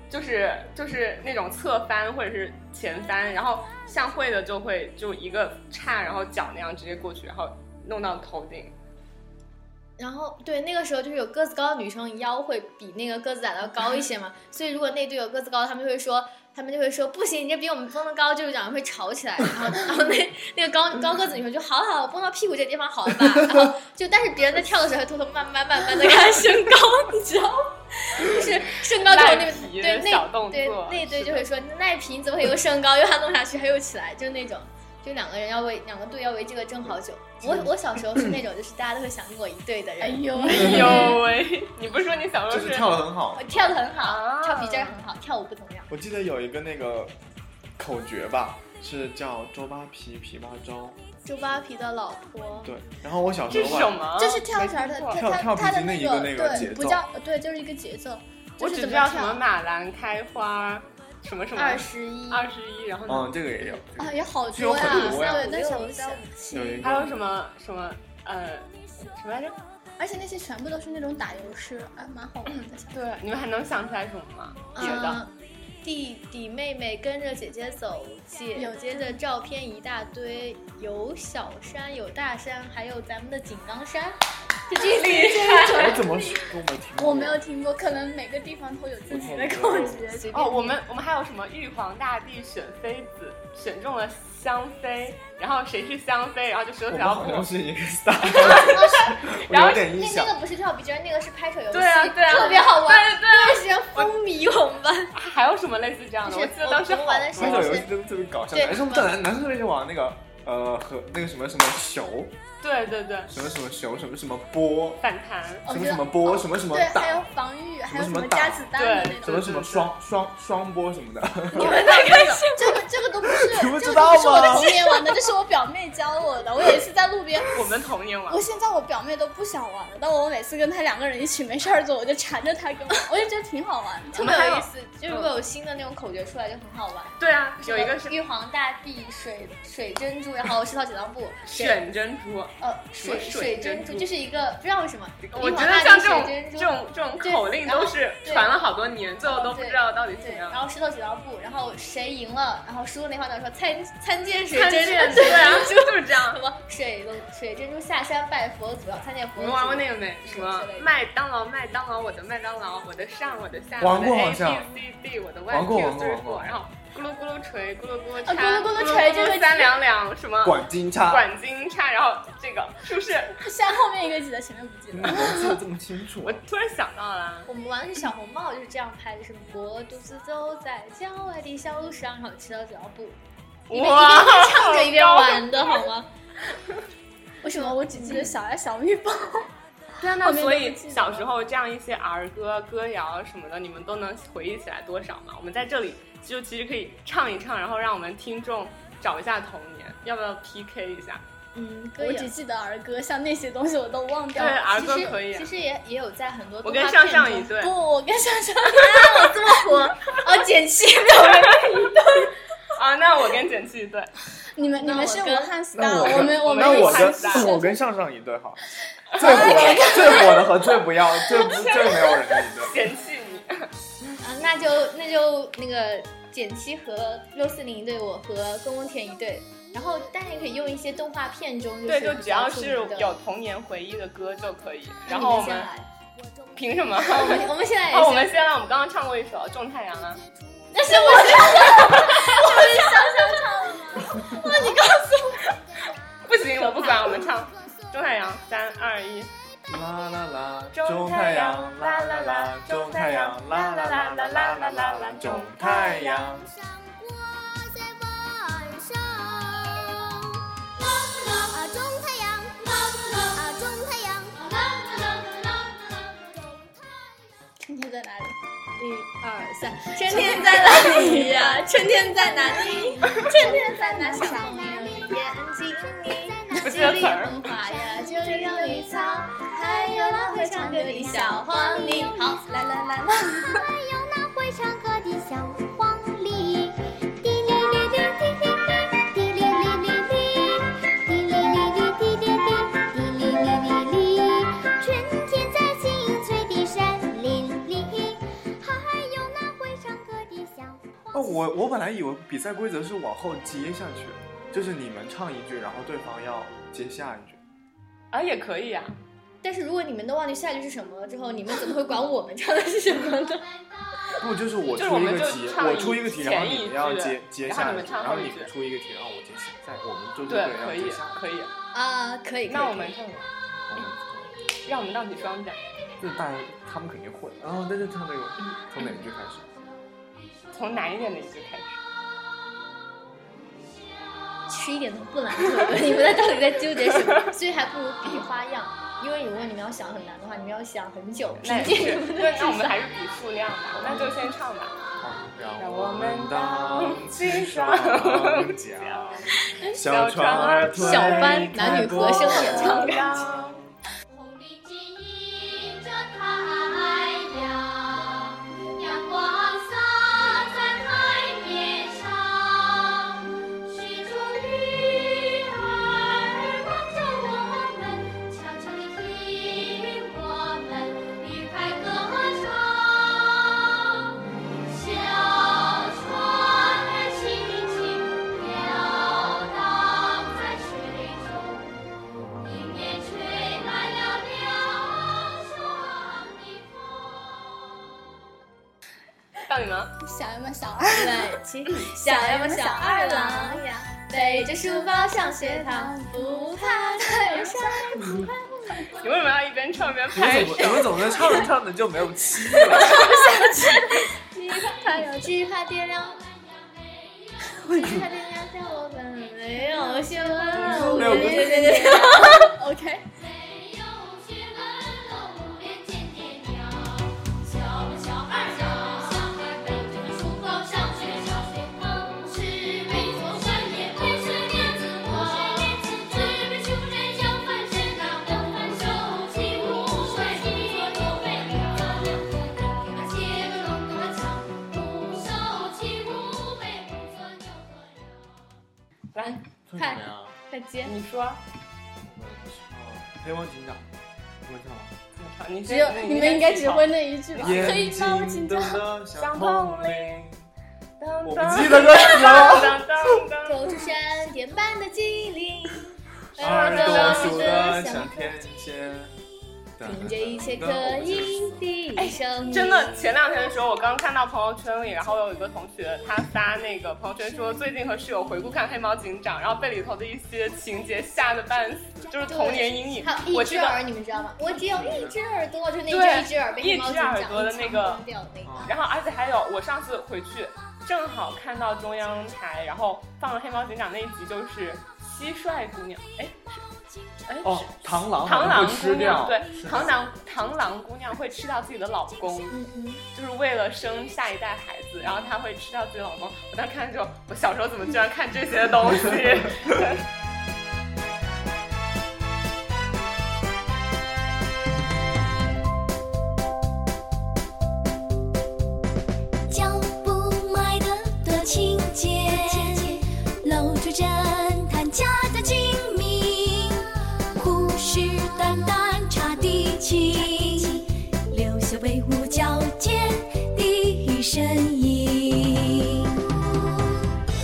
就是就是那种侧翻或者是前翻，然后像会的就会就一个叉，然后脚那样直接过去，然后弄到头 顶。然后对那个时候就是有个子高的女生腰会比那个个子矮的要高一些嘛，所以如果那队有个子高，他们就会说，他们就会说不行，你这比我们蹦的高，就是两个会吵起来。然后然后那那个高高个子女生就好好，我蹦到屁股这地方好了吧？然后就但是别人在跳的时候，偷偷慢慢慢慢的给他升高，你知道吗？就是升高之后那赖个皮对那小动作对那队是就的会说赖皮你怎么会有个升高，又他弄下去，他又起来，就是那种。就两个人要为两个队要为这个争好久。我我小时候是那种，就是大家都会想跟我一队的人。哎 呦，嗯哎呦喂，你不是说 你小时就候是是跳的很好我。跳的很啊好，跳皮筋儿很好，跳舞不怎么样。我记得有一个那个口诀吧，是叫周扒皮，皮扒周。周扒皮的老婆，对，然后我小时这是候什吧，么？就是跳绳的，啊没跳它它跳皮它的筋的一个个那个节对，不奏叫对，就是一个节奏，我就是只怎知道么什么啊跳马兰开花，什么什么二十一，二十一，然后呢嗯，这个也有。这啊，个也好就有多呀很多呀，对，但是五我六不三想五有一还有个什么什么呃什么来着？而且那些全部都是那种打油诗，啊，蛮好玩的。对，你们还能想起来什么吗？呃别的，嗯，弟弟妹妹跟着姐姐走，姐有姐的照片一大堆，有小山，有大山，还有咱们的井冈山。就这里，我怎么都没听过？我没有听过，可能每个地方都有自己的口诀。哦，我们我们还有什么玉皇大帝选妃子，选中了香妃，然后谁是香妃，然后就手我指们要好像破。是一个 star，我然后有点印那象那。个不是跳皮筋儿，那个是拍手游戏，对啊对啊哎特别好玩。对对，那段时间风靡我们班，还有什么类似这样的？就我是记得当时我们玩的时那候种游戏真的特别搞笑，对男生不男男生特别喜欢玩那个呃和那个什么什么球，对对对，什么什么球，什么什么波，反弹，我什觉么得什么波，什么什么对，还有打，防御，还有什什么么打加子弹的对那什种。么什么双双双波什么的。你们那个这个这个都不是，你不这知个道都不是我吗的童年玩的，这是我表妹教我的。我有一次在路边，我们童年玩我。现在我表妹都不想玩了，但我每次跟她两个人一起没事儿做，我就缠着她跟我，我就觉得挺好玩的。 特我别们还有有意思。就如果有新的那种口诀出来，就很好玩。呃对啊，有一个是玉皇大帝水水珍珠，然后石头剪刀 布，水选珍珠，呃什么水水水珍珍珠珠就是一个不知道为什么，我玉觉皇得大像帝这种水珍珠这种这种对口令然后都是对传了好多年，最后都不知道到底怎对，么样然。后石头剪刀布，然后谁赢了，然后输了那方就说参参见水看珍见 珠，对啊，就是这样什。么水龙水珍珠下山拜佛祖，要参见佛你们祖。玩过那个没？什么麦当劳，麦当劳，我的麦当劳，我的上，我的下，玩过我的好像 A B C D，我的 one 玩过 two 玩过 three 玩过 four，然后咕噜咕噜锤，咕噜咕噜啊叉，咕噜咕噜锤这个三两两什么 管金叉，管金叉，然后这个是不是？现在后面一个记得，前面不记你得。 怎么记得这么清楚我啊？突然想到了，我们玩的是小红帽，就是这样拍的，什么我独自走在郊外的小路上，然后骑到脚步，一边一哇边唱着一边好哦高玩的 好吗？为什么我只记得小爱小蜜蜂？对啊，后那面所都以不记得小时候这样一些儿歌、歌谣什么的，你们都能回忆起来多少嘛？我们在这里就其实可以唱一唱，然后让我们听众找一下童年，要不要 PK 一下？嗯，歌我也只记得儿歌，像那些东西我都忘对，掉了。儿歌其实可以啊其。实也也有在很多我动跟画上片上中一对不，我跟上上我这么火，哦，减七没 有人。啊，那我跟简七一对， 你们，你那们我是武跟汉 style，那我们跟我们 那我是跟韩韩式那我跟上上一对哈，最火 的最火的和最不要最不最没有人的一 对。简七你。啊，那就那就那个减七和六四零一队，我和公公田一队。然后，但是也可以用一些动画片中，对，就就只要是比较著名的有童年回忆的歌就可以。那然你后我先们来凭什么？ 我们我们现在也啊，我是们先来，我们刚刚唱过一首《种太阳》啊。那是我是 不行，我不管，我们唱《种太阳》。三二一，啦啦啦，种太阳，啦啦啦，种太阳，啦啦啦啦啦啦啦啦，种太阳。上过在晚上，啦啦啊，种太阳，啦啦啊，种太阳，啦啦啦啦啦，种太阳。春天在哪里？一二三，春天在哪里呀？春天在哪里？春天在哪里？小蜜蜂眼睛里，不记得词儿红花呀，就有绿草，还有那会唱歌的小黄鹂。好，来来来来，还有那会唱歌的小黄鹂，滴哩哩哩滴哩哩，滴哩哩哩哩，滴哩哩哩滴哩哩，滴哩哩哩哩。春天在新翠的山林里，还有那会唱歌的小哦，黄鹂。我我本来以为比赛规则是往后接下去，就是你们唱一句，然后对方要接下一句。啊，也可以啊。但是如果你们都忘记下一句是什么了之后，你们怎么会管我们唱的是什么呢？ 不就是我就是我出一们个就题，唱我一出一个题，前然后一你们句要接接然后下你一们句，唱然后后你一句们出一个题，然后我接下，再我们就对，要可以接下，可以。啊，可以，可以那我们可以我们让我们到底双讲，就是大家他们肯定会，然后但是唱那个从哪一句开始？从难一点的一句开始。其实一点都不难受，你们在到底在纠结什么？ 所以还不如比花样，因为如果你们要想很难的话，你们要想很久，那也凭借是你，们的对，智那我们商。还是比数量吧。那就先唱吧。好，让让我我们们荡荡起起双双桨桨，小船儿推小班男女合声演唱开波浪红的指引着太阳，阳光洒在海面上，水中鱼儿望着我们，悄悄地听我们愉快歌唱。小船儿轻轻飘荡在水中。迎面吹来了凉爽的风。到你们，小什么小二？对，其小呀嘛小二郎呀，背着书包上学堂，不怕太阳晒。你为什么要一边唱一边你拍们手怎么？你们怎么在唱着唱着就没有气了？只怕太阳，只怕点亮，只怕点亮在我们没有学问。没有对对对对， OK，没有学问的无脸见爹娘，小了小二郎，小孩背着个书包上学，上学堂是为做善，也为是面子活，只为穷人要翻身呐，要翻手，起舞摔，一做又被打，给那些个弄个强，不受欺负，被不做就做了。来，唱什么呀？快接！你说，我们唱黑猫警长，不会唱吗？你唱，你只先有你你们先应该举只手会那一句吧？眼黑猫睛警瞪长，得像像铜铜铃铃。我不记得歌词了。当当当 走出山巅般的机灵，耳朵竖得像天线，凭借一切可以的声音。真的，前两天的时候，我刚看到朋友圈里，然后有一个同学他发那个朋友圈说，最近和室友回顾看《黑猫警长》，然后被里头的一些情节吓得半死，就是童年阴影还。有我一记只得耳，你们知道吗？我只有一只耳朵，就那对只一只耳被黑一猫只警长耳朵的那个抢掉的那个。然后而且还有，我上次回去正好看到中央台，然后放了《黑猫警长》那一集，就是蟋蟀姑娘，哎，是，哎，哦，螳螂螳好像螂会姑吃娘，掉，对，是螳螂螳螂姑娘会吃掉自己的老公，就是为了生下一代孩子，然后她会吃掉自己的老公。我当时看的时候，我小时候怎么居然看这些东西？脚步迈得多清捷，露出侦探家的精明，虎视眈眈查敌情，留下威武矫健的身影。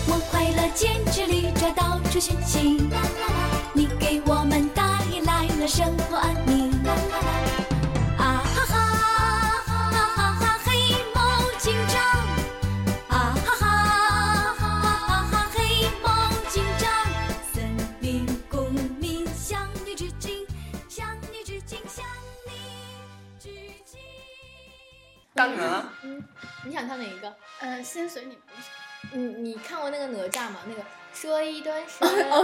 我快乐坚持里抓到处寻衅，你给我们带来了生活安宁。啊哈哈，哈哈哈，黑猫警长。啊哈哈，哈哈哈，黑猫警长。森林公民向你致敬，向你致敬，向你致敬。到你们了，你想看哪一个？呃，先随你们。你你看过那个哪吒吗？那个说一段神 话，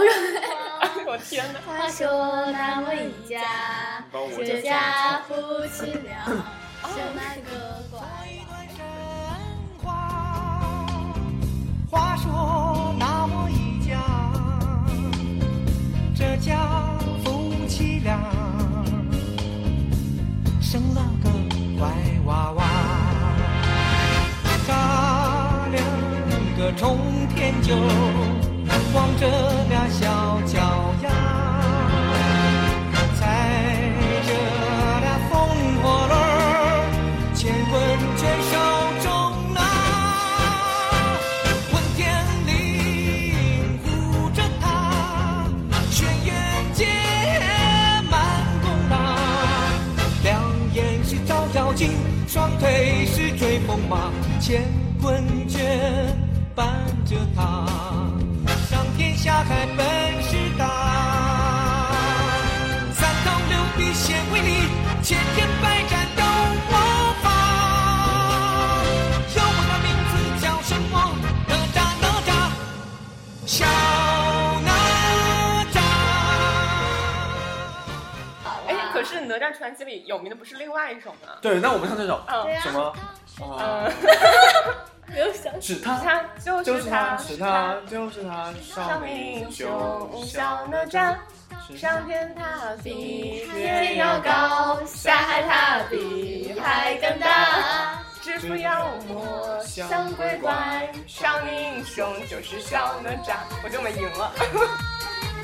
我天哪！话哦说那么一家，把我这这家夫妻俩是那个瓜话说那么一家，这家夫妻俩生了个乖娃娃，扎了一个冲天鹫，光着俩小脚丫，踩着俩风火轮儿，乾坤全手中拿。问天令护着他，轩辕剑满弓拉，两眼是照妖镜，双腿是追风马，乾坤诀伴着他，上天下海本事大，三刀六臂显威力，千人百战都魔法。有我的名字叫什么？哪吒哪吒，小哪吒。哎，可是《哪吒传奇》里有名的不是另外一首吗？对，那我们唱这首嗯什么？啊，嗯，没有想指他，他就就是是他，他，是他，就是他，少上年英英雄雄小小哪哪吒吒，，上天他比天天要要高，高，下海它比海更大。知父妖魔降鬼怪，少年英雄就是小哪吒，我就没赢了。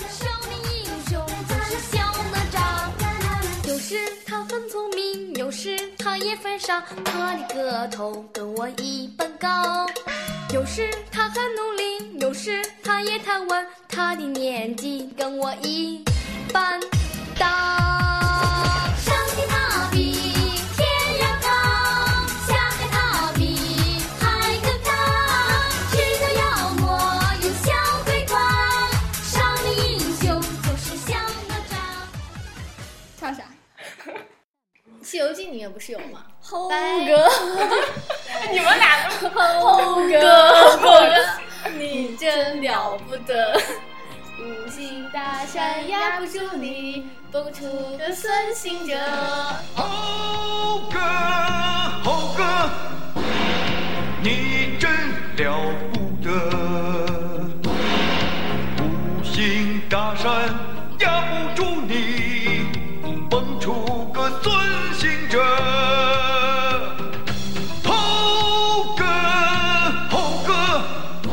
少年英雄就是小哪吒，有时他很聪明，有时他也犯傻，他的个头跟我一般高。有时他很努力，有时他也贪玩，他的年纪跟我一般大。上天他比天要高，下海他比海更大。知道妖魔有小鬼怪，少年英雄就是小哪吒。唱啥？ 《西游记》里面不是有吗？猴拜哥， 你们俩都猴哥，你真了不得。五行大山压不住你，蹦出个孙行者。猴哥，猴哥，你真了不得！五行大山压不住你，蹦出个尊行者。猴哥，猴哥，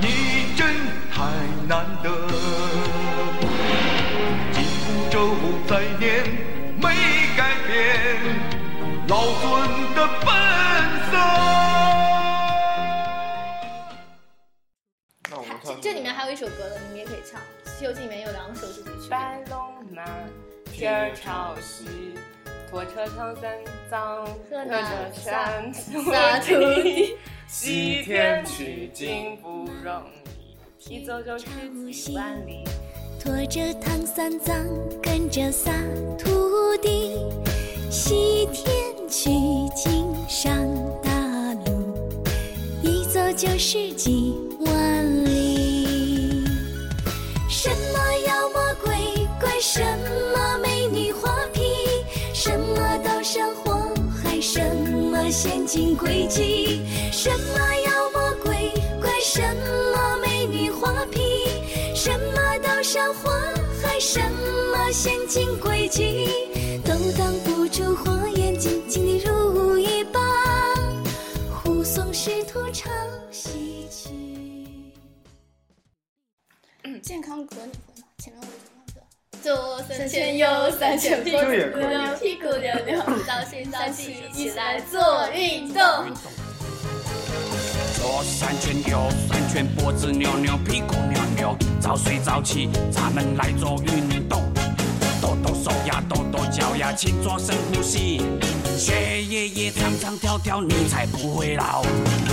你真太难得！紧箍咒再念没改变老孙的本色。那我们唱这这里面还有一首歌的，你们也可以唱。《西游记》里面有两首主题曲，白龙马，天儿潮汐，火车头三藏，河隔南着山萨河土地地，西天取经不容易，一走就是几万里。驮着唐三藏，跟着仨徒弟，西天取经上大路，一走就是几万里。什么妖魔鬼怪，什么美女画皮，什么刀山火海，什么陷阱诡计，什么妖魔鬼怪，什么美女画皮，什么刀山火海，什么陷阱诡计，都挡不住火焰紧紧地如一棒，护送师徒朝西去。健康歌你会吗？前面我已经忘记了。左三圈，右三圈，屁股这也可以扭扭，屁股扭扭，早睡早起，一起来做运动。左三圈，右三圈，脖子扭扭，屁股扭扭，早睡早起，咱们来做运动。抖抖手呀，抖抖脚呀，请做深呼吸。学爷爷唱唱跳跳，你才不会老。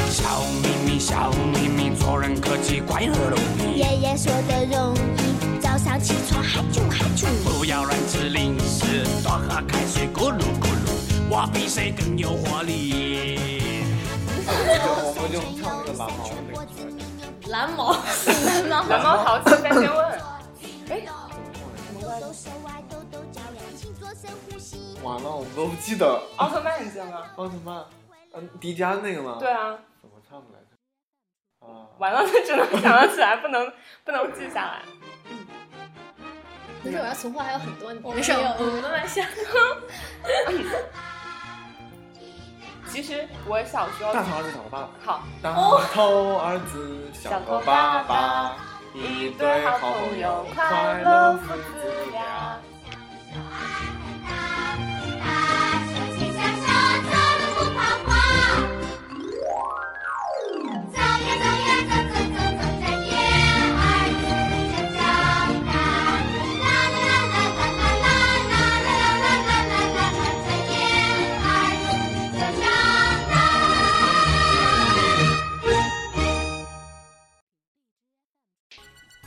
小秘密，小秘密，做人客气，快乐容易。爷爷说的容易，早上起床嗨啾嗨啾。不要乱吃零食，多喝开水，咕噜咕噜，我比谁更有活力。我们就跳那个蓝毛的那个出来。蓝毛，蓝毛，蓝猫淘气三千问，完了，我们都不记得哦奥特曼你见吗？奥特曼，嗯，迪迦那个吗？对，啊，怎么唱来着？啊，完了，只能想得起来，不能不能记下来。没事，我要存货还有很多，我没事，没有我们慢慢想。其实我小时候大头儿子小头爸爸，好，大头儿子小头爸爸，一对好朋友，快乐父子俩。。小鸡小小走路不怕花，走呀走呀走走走走着叶儿渐渐长大，啦啦啦啦啦啦啦啦啦啦啦啦啦，着叶儿就长大。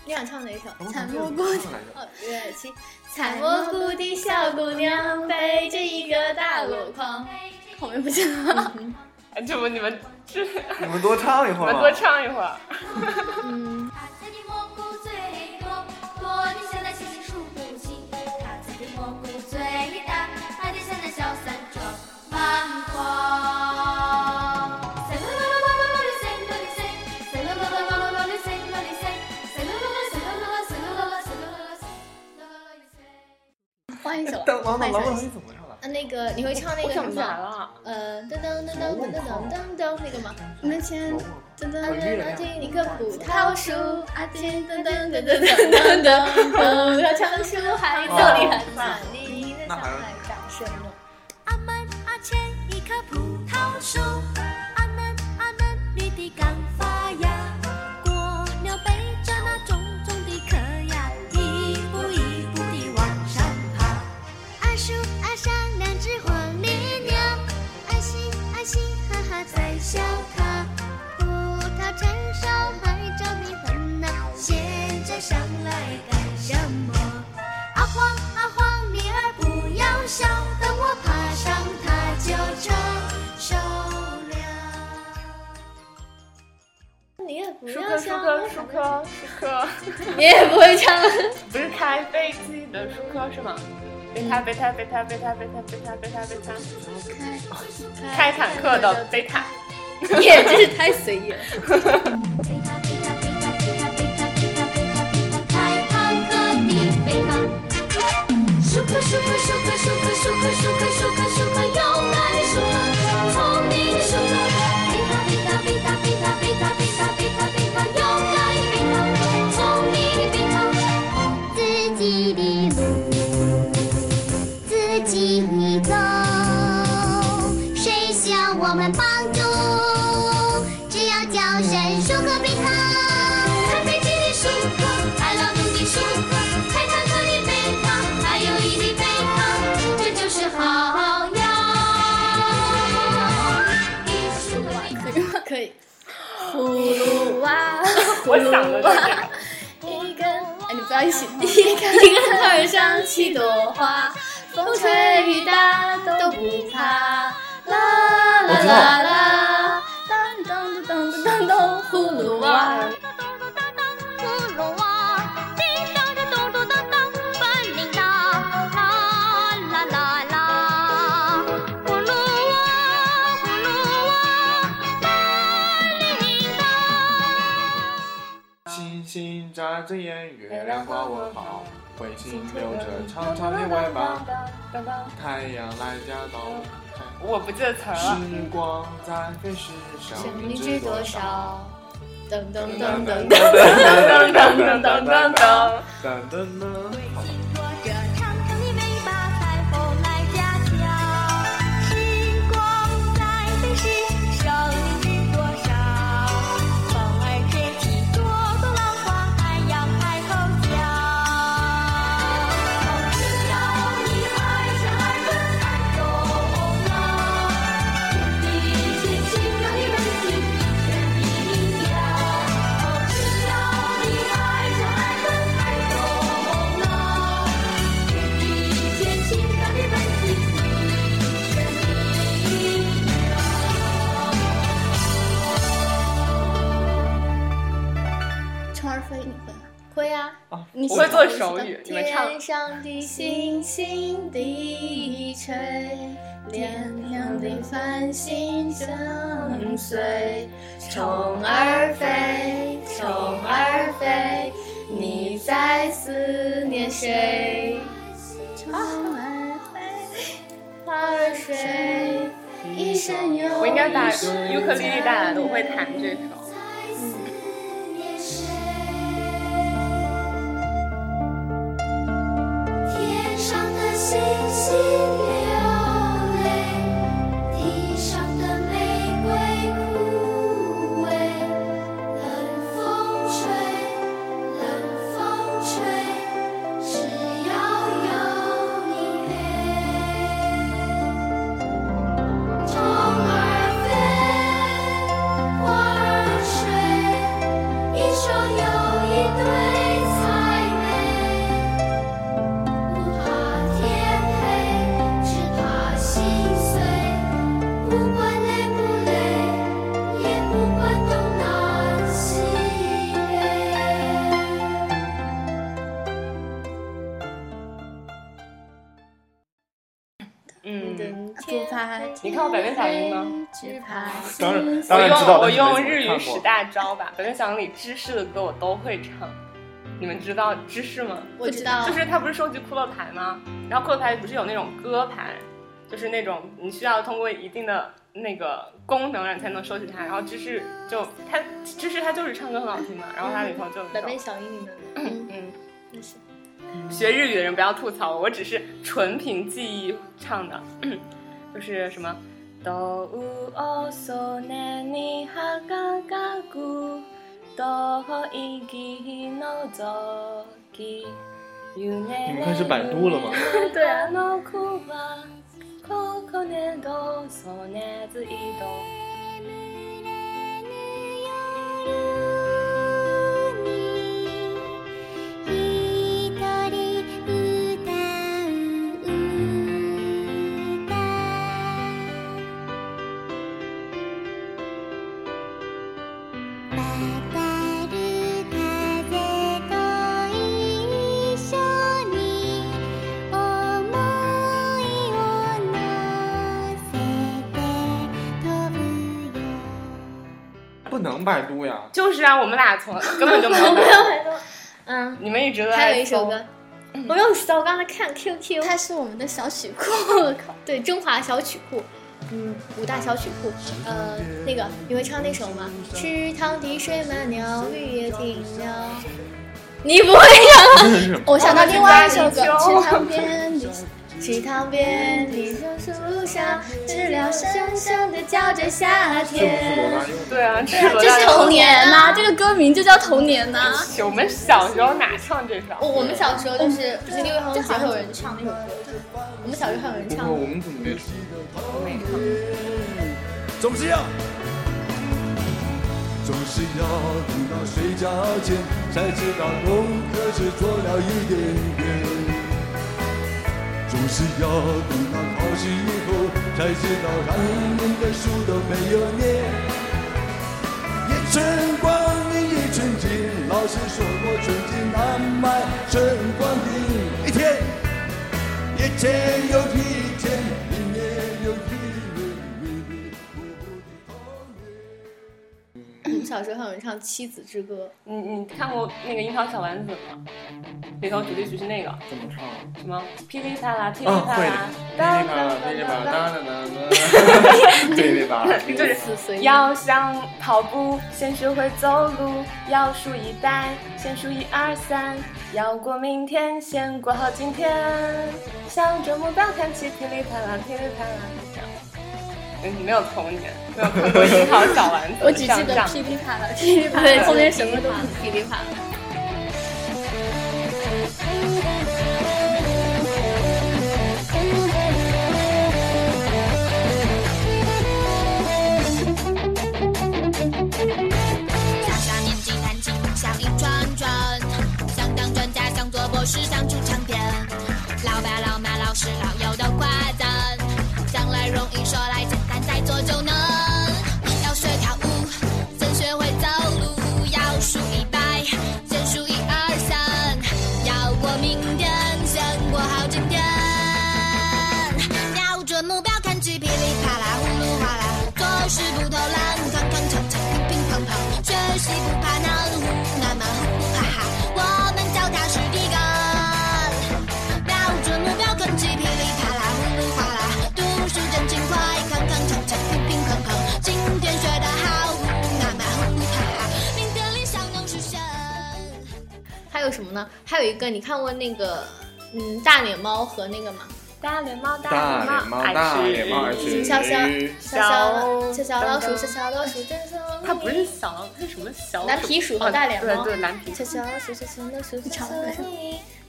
你想唱哪一首？采采蘑蘑菇菇的的哦哦，乐器。采蘑菇的小姑娘背着一个大箩筐，后面不记得了。哎，这不你 们这你你们多唱一会儿们吧。多唱一会 儿。嗯，塔子的蘑菇最多，多的像那星星数不清。塔子的蘑菇最大，大的像那小伞状满筐。塞噜噜噜噜噜噜塞噜噜塞，塞噜噜噜噜噜噜塞噜噜塞，塞噜噜噜塞噜噜噜塞噜噜噜塞噜噜噜塞噜噜噜塞。换一首，但王换导，一首王。导你怎么唱的？啊，那个你会唱那我个什想不起来么？了，呃，噔噔噔噔噔噔噔噔那个吗？门前噔噔我月亮噔噔，一棵葡萄树，啊噔噔噔噔噔噔噔噔，葡萄成熟还哦照例很满地的那小还是孩长什么？阿门阿切一棵葡萄树，阿嫩阿嫩绿的刚发芽，果鸟背着那重重的壳呀，一步一步地往上爬。阿叔阿上两只黄鹂鸟，阿西阿西哈哈在笑它。葡萄成熟还着迷魂呐，现在上来干什么？阿黄阿黄，你儿不要笑，等我爬上它就成熟了。你也 不舒要克舒克舒克舒克，你也不会唱。不是开飞机的舒克是吗？贝塔贝塔贝塔贝塔贝塔贝塔贝塔贝塔，开坦克的贝塔。你也真是太随意了。贝塔贝塔贝塔贝塔贝塔贝塔贝塔贝塔，开坦克的贝塔。舒克舒克舒克舒克舒克舒克舒克舒克，勇敢的舒克，聪明的舒克。贝塔贝塔贝塔贝塔贝塔贝塔贝塔贝塔，勇敢的贝塔，聪明的贝塔，自己的路。自己走，谁向我们帮助？只要叫声舒克贝塔，开飞机的舒克，爱劳动的舒克，开坦克的贝塔，还有一的贝 我想的就是这个。一根哎，你不要一起唱。一根一根藤上七朵花，风吹雨打都不怕。啦啦啦啦，当当当当当当，葫芦娃。葫芦娃，叮当的咚咚当当，本领大，啦啦啦啦。葫芦娃，葫芦娃，本领大。星星眨着眼，月亮挂我袍，彗星留着长长的尾巴，太阳来家到，我不记得词儿了。时光在飞逝，生生命命值值多多少少？？噔噔嗯噔噔噔噔噔。噔噔噔噔噔噔噔噔噔噔噔。紧握着长长的尾巴，彩虹来家乡。时光在飞逝，生命值多少？风儿吹起朵朵浪花，海洋开口叫。风轻摇曳，海上儿歌太动了。天地间奇妙的温馨，一片的明亮。风轻摇曳，海上儿歌太动了。天地间奇妙的温馨，一片的明亮。虫儿飞，你会吗？会呀、你我喜会欢做手吗语，你们唱。天上的星星低垂，亮亮的繁星相随。虫儿飞，虫儿飞，你在思念谁？虫儿飞，花儿睡，一身有。我应该把尤克里里带来的，我会弹这首。天上的星星流泪，地上的玫瑰枯萎。冷风吹，冷风吹，只要有你陪。虫儿飞，花儿睡，一双又一对才美。不怕天黑，只怕心碎。不管累不累，也不管东南西北。嗯，不怕你看我百变小樱吗？只怕当然我当然知用道，我但是没用怎么日语看十过大招吧，《百变小樱》里芝士的歌我都会唱。你们知道芝士吗？我知道就，是他不是收集骷髅牌吗？然后骷髅牌不是有那种歌牌，就是那种你需要通过一定的那个功能，然后才能收集它。然后芝士就他芝士他就是唱歌很好听嘛，然后它里头就有百一变种小樱里面的，嗯，那是学日语的人不要吐槽我，我只是纯凭记忆唱的， 就是什么。どうおそねにはががくどういぎのぞき你们开始百度了 吗？对啊。我一人歌う歌「渡る風と一緒に想いを乗せて飛ぶよ」不能百度呀。就是啊，我们俩从根本就没有 没有很多，嗯。你们一直都在还有一首搜歌，我没有搜，我刚才看 QQ，它是我们的小曲库，我靠！对《中华小曲库》，嗯，五大小曲库，呃，那个你会唱那首吗？池塘的水满了，绿野停了。你不会唱？真的是我想到另外一首歌，哦池塘边的池塘边的小树上，知了声声的叫着夏这不是天。罗大佑吗？对 啊，这是这是童年呐、 这个歌名就叫童年呐、 我们小时候哪唱这首？哦我我们小时候就是，就是因为哦好像这好还像有人唱那首歌，我们小时候还有人不唱过。我们怎么没我没唱。总之要总是要等到睡觉前才知道功课只做了一点点，总是要等到考试以后才知道他们的书都没有念。一寸光阴一寸金，老师说过寸金难买寸光阴。一天，一天又一天，一年又一年，迷迷糊糊的童年。我们小时候很唱《妻子之歌你你看过那个《樱桃小丸子》吗？里头主题曲是那个怎么唱啊？什么噼里啪啦噼里嗯，啪会啦的，，哒那哒个那个吧，哒哒哒哒哒哒，对对吧？就》，是死随意。要想跑步，先学会走路，要数一代，先数一二三，要过明天，先过好今天，向着目标看齐，噼里啪啦噼里啪啦，这样。嗯，没有童年，没有看过樱桃小丸子，我只记像这得样噼里啪 啦，噼里啪啦，对，后面什么都噼里啪啦。眨眨眼睛，弹琴，想一转转，想当专家，想做博士，想出唱片。老爸老妈老师老友都夸赞，想来容易，说来简单，再做就能。要学跳舞，先学会走路，要数一百，先数一二三，要过明天，先过好今天。瞄准目标，看起噼里啪啦，呼噜哗啦，做事不偷懒，康康强强，乒乒乓乓，学习不怕难，呼啊嘛呼哈哈，我们脚踏实地干。瞄准目标，看起噼里啪啦，呼噜哗啦，读书真勤快，康康强强，乒乒乓乓，今天学得好，呼啊嘛呼哈哈，明天理想能实现。还有什么呢？还有一个，你看过那个嗯大脸猫和那个吗？大脸猫，大脸猫，大脸猫，而且潇潇小小小小小老当鼠，当小小老鼠，真聪它不明。是小狼，它是什么小？蓝皮鼠和大脸猫哦对对，蓝皮小鼠。小老鼠，小小老鼠，小唱小了老鼠，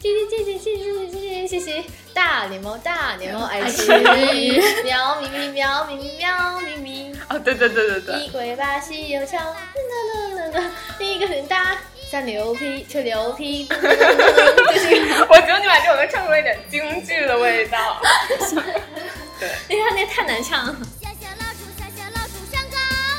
叽叽叽叽叽叽叽叽叽叽，大脸猫，大脸猫爱吃吃鱼， 喵咪咪喵咪咪喵咪咪。哦，对对对对对，一鬼把戏又唱，啦啦啦啦，一个很大，三牛皮，吹牛皮，就是 我觉得你把这首歌唱出了一点京剧的味道。那他那太难唱了。小小老鼠，小小老鼠上高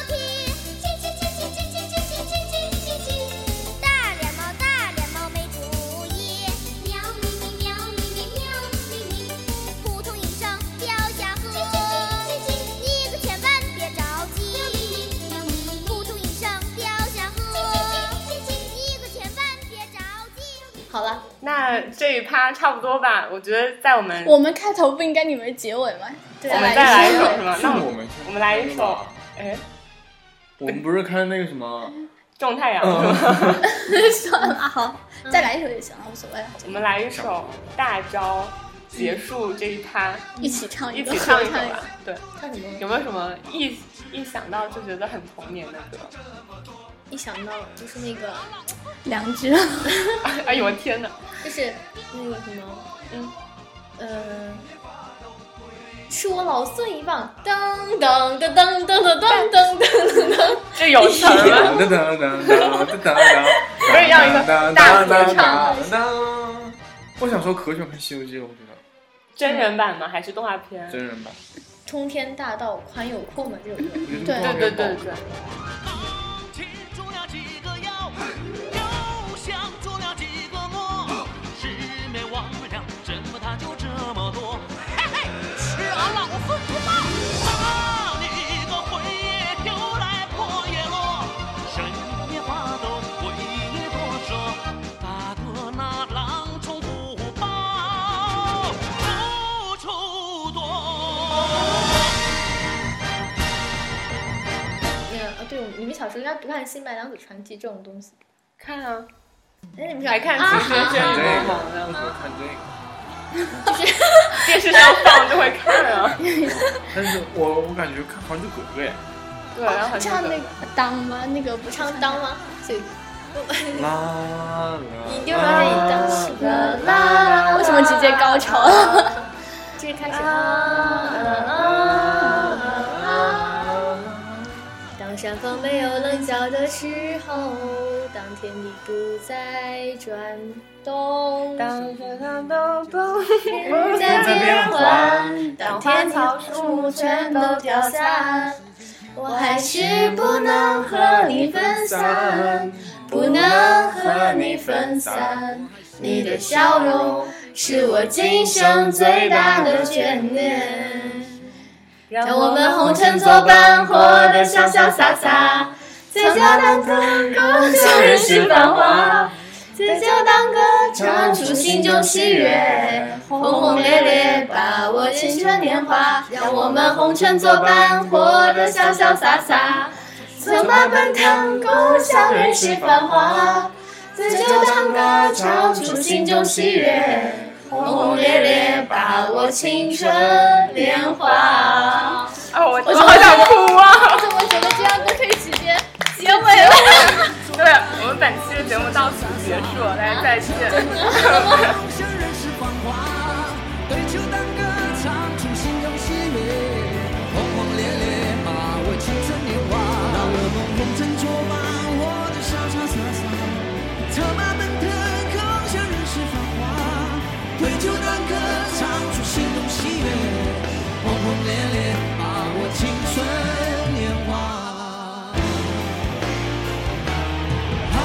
梯，叽叽叽叽叽叽叽叽叽叽叽大脸猫，大脸猫没主意，喵咪咪喵咪咪喵咪咪，扑通一声掉下河，一个千万别着急，喵咪咪扑通一声掉下河，一个千万别着急。好了，那这一趴差不多吧，我觉得在我们我们开头不应该你们结尾吗？对我们再来一首首是吗？是那我们我们来一首，哎，我们不是看那个什么，种太阳是吗？嗯，算了，好，再来一首也行了，无所谓了， 我们来一首大招，结束这一趴，一起唱一一个，起合嗯唱一首唱吧。对，唱什么？有没有什么一一想到就觉得很童年的歌？ 一想到就是那个， 两只，哎呦我天哪！就是那个什么，嗯，呃，是我老孙一棒，噔噔噔噔噔噔噔噔噔噔。这 有词儿吗？哒哒哒哒哒哒不是要一个哒，大合唱唱。我小时候可喜欢看《西游记》了，我觉得真人版吗？还是动画片？真人版，冲天大道宽有阔嘛，这首歌。我觉得对动对对画片对好擒对，住了几个妖，又降住了几个魔，魑魅魍魉，折磨他就这么多。嘿嘿，吃俺老孙不报！打你个魂也丢来魄也落，神也发抖，鬼也哆嗦，打得那狼虫虎豹无处躲。那个啊，对，我们你们小时候应该不看《新白娘子传奇》这种东西。看啊，哎，你们还看《啊其实真看这人个盟》，我呢，觉得看这个。电视上放就会看啊。但是我我感觉看《还珠格格》耶，对，然后很唱那个当吗？那个不唱唱当吗？所以啦啦，你就把你当时的啦啦， 为什么直接高潮？这个开始啊啊啊啊啊！当山峰没有棱角的时候，当天地不再转动，当当当当，日在变换，当天草树全都飘散，我还是不能和你分散，不能和你分散。你的笑容是我今生最大的眷恋。让我们红尘作伴，活得潇潇洒洒，在家当个小人世繁华，在家当个唱出心中喜悦，轰轰烈烈把握青春年华。让我们红尘作伴，活得潇潇洒洒，策马奔腾共享人世繁华，在家当个唱出心中喜悦。轰轰烈烈把握青春年华。哦，我我好想哭啊！怎么觉得这样都可以直接结尾了？对我们本期的节目到此结束了，大家再 见。向人世繁华，对酒当歌，唱出心中喜悦，轰轰烈烈把握青春年华。让我们红尘作伴，活得潇潇洒洒，策马奔腾，共享人世繁华。对酒当歌，唱出心中喜悦，轰轰烈烈把握青春年华。啊啊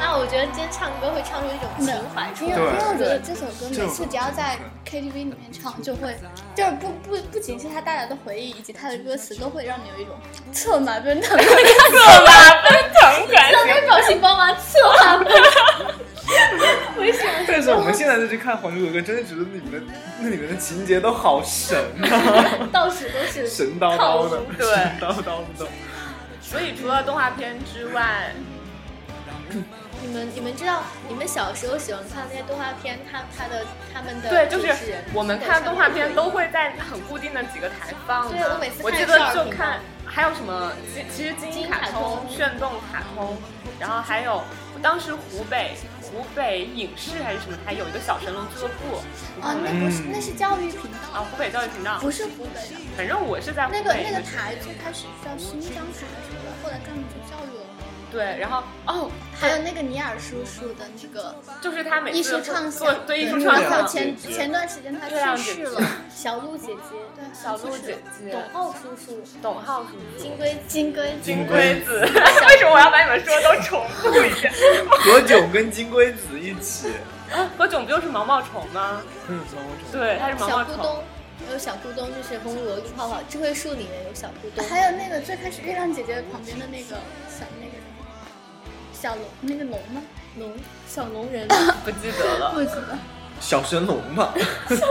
那我觉得今天唱歌会唱出一种情怀出因为来。因对为我觉得这首歌每次这只要在 KTV 里面唱，就会就是不不不仅是它带来的回忆，以及它的歌词都会让你有一种策马奔腾的感觉。策马 奔腾，感让情。那表情包吗？策划吗？为什么？但是我们现在再去看《还珠格格》，真的觉得里面的那里面的情节都好神啊，倒数都是神叨叨的，对神叨叨的。所以除了动画片之外，你们，你们知道你们小时候喜欢看那些动画片，它它的他们的对，就主是持人我们看动画片都会在很固定的几个台放嘛。对我每次看记也是得二就频看，还有什么？其其实金鹰金卡卡通、通炫动卡通，然后还有当时湖北湖北影视还是什么台有一个小神龙俱乐部啊，那不是那是教育频啊道，，湖北教育频道。不是湖北的。反正我是在湖那北个那个的时候台最开始叫新疆台什么的，后来改名叫教育文化。对，然后哦，还有那个尼尔叔叔的那个就是他每次艺术嗯会唱做响，对艺术对唱对然响后，前前段时间他月亮去姐世姐了，小鹿姐姐、对，小鹿姐姐、董浩叔叔、董浩叔叔、金龟金龟子金龟子， 为什么我要把你们说的都重复一遍？何炅跟金龟子一起，何炅不就是毛毛虫吗？嗯，毛毛虫对，他是毛小毛咕虫。咚，有小咕咚就是《红萝卜泡泡》，智慧树里面有小咕咚，啊还有那个最开始月亮姐姐旁边的那个小那个什么小龙那个龙吗？龙小龙人。 不记得了。不记得。小神龙嘛，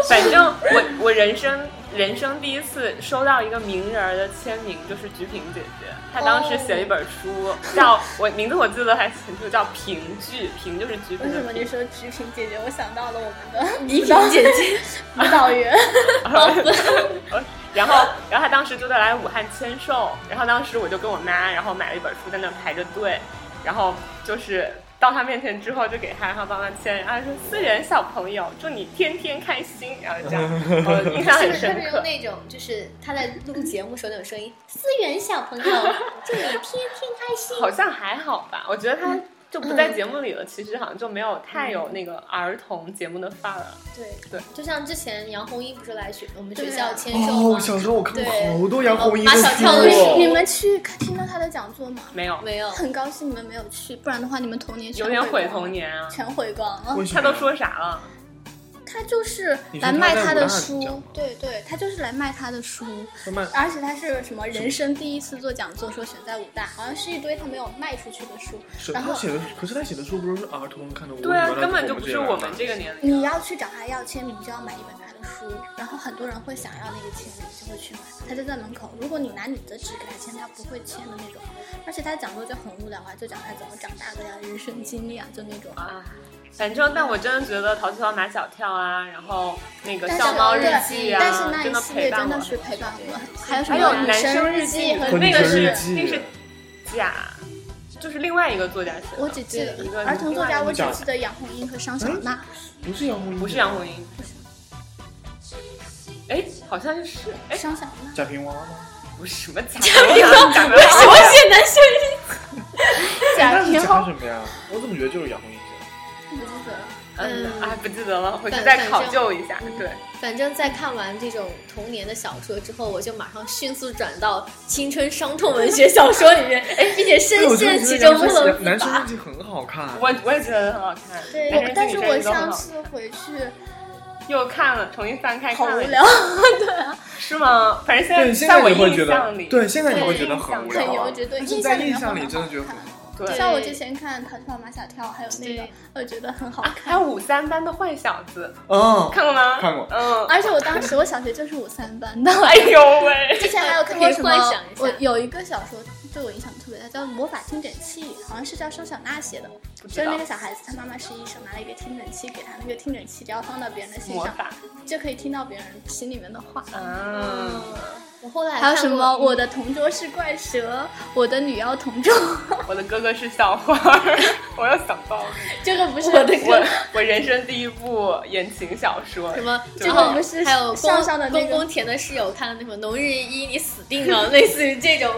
反正我我人生人生第一次收到一个名人儿的签名，就是菊萍姐姐。她当时写了一本书，哦叫我名字我记得还很清楚，叫《萍 剧》，萍就是菊为萍什 么的你 萍。说菊萍姐姐？我想到了我们的 怡萍姐姐，舞 蹈员。哦然后然后她当时就在来武汉签售，然后当时我就跟我妈，然后买了一本书在那儿排着队，然后就是。到她面前之后就给她，让她帮她签，然后她说思源小朋友，祝你天天开心，然后就这样， 我印象是很不是深特别刻用。那种，就是他在录节目时候那种声音？思源小朋友，祝你天天开心。好像还好吧，我觉得嗯他就不在节目里了，其实好像就没有太有那嗯个儿童节目的范儿了。对对，就像之前杨红樱不是来学我们学对校签售哦吗，？小时候 我看过对好多杨红樱的马小书跳的哦是 你们去看听到她的讲座吗？没有，没有，很高兴你们没有去，不然的话你们童年全有点毁毁光童，年啊！全毁光了。为什他么都说啥了？他就是你说来他卖在他武的汉讲书吗，对对，他就是来卖他的书，他卖而且他是什么人生第一次做讲座，说选在武大，好像是一堆他没有卖出去的书，是然他后写的，可是他写的书不是儿童看的，我对啊怎，么根本能就不是我们这个年龄。你要去找他要签名，就要买一本他的书，然后很多人会想要那个签名，就会去买。他就在门口，如果你拿你的纸给他签，他不会签的那种。而且他讲座就很无聊啊，就讲他怎么长大的呀，人生经历啊，就那种。啊，反正但我真的觉得《淘气包马小跳》啊，然后那个《但是笑猫日对记》但是啊，那真一的系陪列伴真我的们。是陪伴我们，还有什还有么男生生日记记和昆那个个虫是日那个记是假，就是另外一个作家写的。我只记得对一个儿童作家，我只讲记得杨红樱和商嗯小娜。不是杨红，不是杨红樱。哎，好像是哎，商小娜，贾平凹吗？不是什么啊假 的，假的，为什么写男生贾哎那是平讲凹，什么呀？我怎么觉得就是杨红樱不写的？记得了。嗯，嗯哎，不记得了，回去反再反考正究一下。对，反正，在看完这种童年的小说之后，我就马上迅速转到青春伤痛文学小说里面，哎，并且深陷其中不能自拔。男生日记很好看，我我也觉得很好看。哎对男生我日，记女生日但是我记都很好上次回去又看了，重新翻开好看无了一遍，聊， 是吗？反正对，现现在在我你会觉印得象里，，对，现在你对会觉得很无很聊幼啊。稚。对，但是印在象里印面象里很真的好觉得很看对像我之前看《淘气包马小跳》，还有那个对，我觉得很好啊，还看。有五三班的坏小子，嗯，看过吗？看过嗯，而且我当时我小学就是五三班的，哎呦喂，之前还有看过什么可以幻想一？下我有一个小说对我影响特别大，叫《魔法听诊器》，好像是叫盛小娜写的。不就知是道那个小孩子，他妈妈是医生，拿了一个听诊器给他，那个听诊器只要放到别人的心魔上，法就可以听到别人心里面的话。嗯啊，我后来还有看什过么？我的同桌是怪蛇，我的女妖同桌， 我的哥哥是校花儿， 我又想到了 这个不是我的我我人生第一部言情小说什，呃么？对这然后我个们是还有上宫上的那宫个宫田的室友看的那种《龙日一》，你死 定了，类似于这种。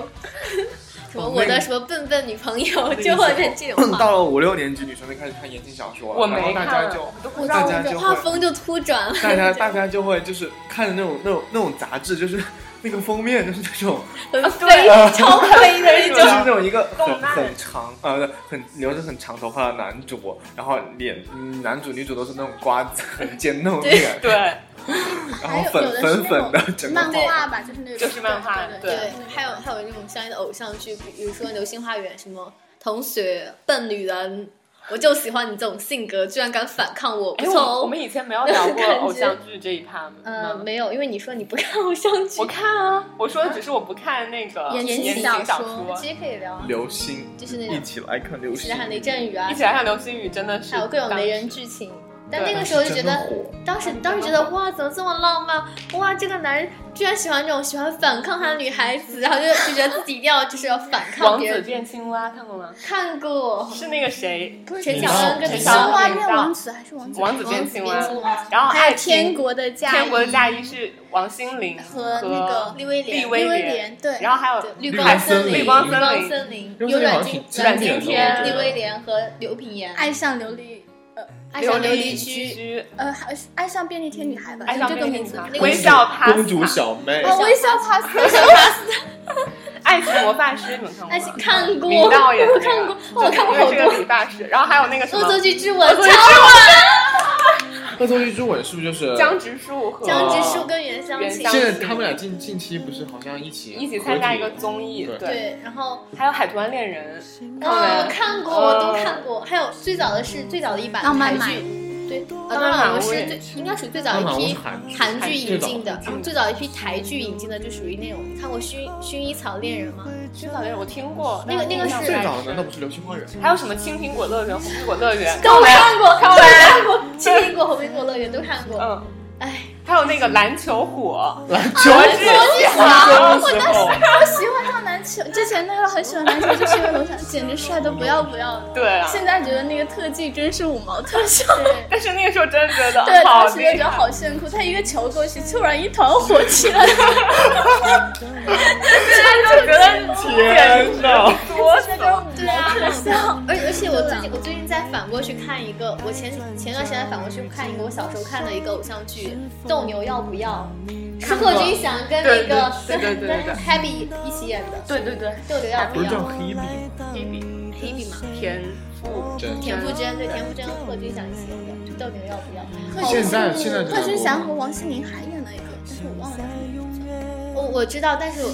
什么哦我那的个什么笨笨女朋友，那个就会时是候这 种话，到了五六年级，女生就开始看言情小说了，我然后没大看家，就都不知大道家就画会，风就突转了。大家大家就会就是看着那种那种那种杂志，就是那个封面就是那种啊很飞超飞的一就种是。那种一个很动漫很长呃很留着很长头发的男主，然后脸嗯男主女主都是那种瓜子 很尖嫩脸，对，哎然还后有粉有的是粉粉的那种整个漫画吧，就是那种就是漫画对对对，还有还有那种相应的偶像剧，比如说《流星花园》，什么同学笨女人，我就喜欢你这种性格，居然敢反抗我，不哎，错我我哦。们以前没有聊过感觉偶像剧这一趴吗嗯呃，？没有，因为你说你不看偶像剧我，看啊，我说的只是我不看那个言情言情小小说说，其实可以聊啊，流星，就是那种一起来看流其星他，还有雷阵雨啊一，起来看《流星雨》真的是还有各种当没人时剧情。但对那个时候就觉真得的火。当时当时觉得哇，怎么这么浪漫？哇，这个男人居然喜欢这种喜欢反抗他的女孩子，然后就就觉得自己一定要就是要反抗王别子人。哦变青蛙看过吗？看过是那个谁，陈你乔知道恩跟陈乔青李恩湘蛙薇，变王子还是王子？王子变青蛙，然后还爱有天情国的嫁衣天国的嫁衣是王心凌和那个利威廉利薇威莲，对，然后还有对绿绿光光森森林、林绿森林绿光森林、光因为这个软好像挺禁经典的经典禁天、的利威廉和刘品言。爱上琉璃，呃，爱琉上琉璃璃璃区居，呃，还爱上便利贴女孩吧，爱就上嗯这便个利名贴字女孩。那个微笑帕公主小妹，哦，微笑 pass，爱情魔法师，你们看过吗？爱情看过，明道演的我那看个过，我看过好就是这个多。理发师，然后还有那个什恶么作剧之吻恶作，剧张恶作剧之吻是不是就是？江直树和江直树跟袁湘琴袁湘现琴在他们俩近近期不是好像一起一起参加一个合体综艺，对对，对，然后还有《海豚湾恋人》，看过没哦，看过，我都看过。还有最早的是最早的一版浪漫韩满剧，对，呃啊浪当漫然满我屋是也最应该属于最早一批韩剧引进的，然后最早一批台剧引进的就属于那种，你看过薰《薰衣草恋人》吗？最早的我听过，那个那个是最早难道不是流星花园？还有什么青苹果乐园、红苹果乐园？都看过，看都过看过，《青苹果》《红苹果乐园》都看过。嗯，哎，还有那个篮球火， 篮球喜欢的时候，我喜欢上篮球，之前那时候很喜欢篮球，就是因为楼上简直帅的不要不要的。对啊。现在觉得那个特技真是五毛特效，但是那个时候真的觉得对，好当时就觉厉得害，好炫酷。他一个球过去，突然一团火起来，真的觉得天哪，多少？对 啊，特效。而而且我最近我最近在反过去看一个，我前前段时间反过去看一个我小时候看的一个偶像剧《斗牛要不要》，是贺军翔跟那个对跟对对对对对跟 Happy 一起演的《对对对，斗牛要不不是要》叫黑笔 Hebe Happy 嘛，田馥甄，嗯田馥甄对田馥甄和贺军翔一起演的，到底要不要？啊现在现在就贺在军播翔吗和王心凌还演了一个，但是我忘了叫什么名字了。我我知道，但是我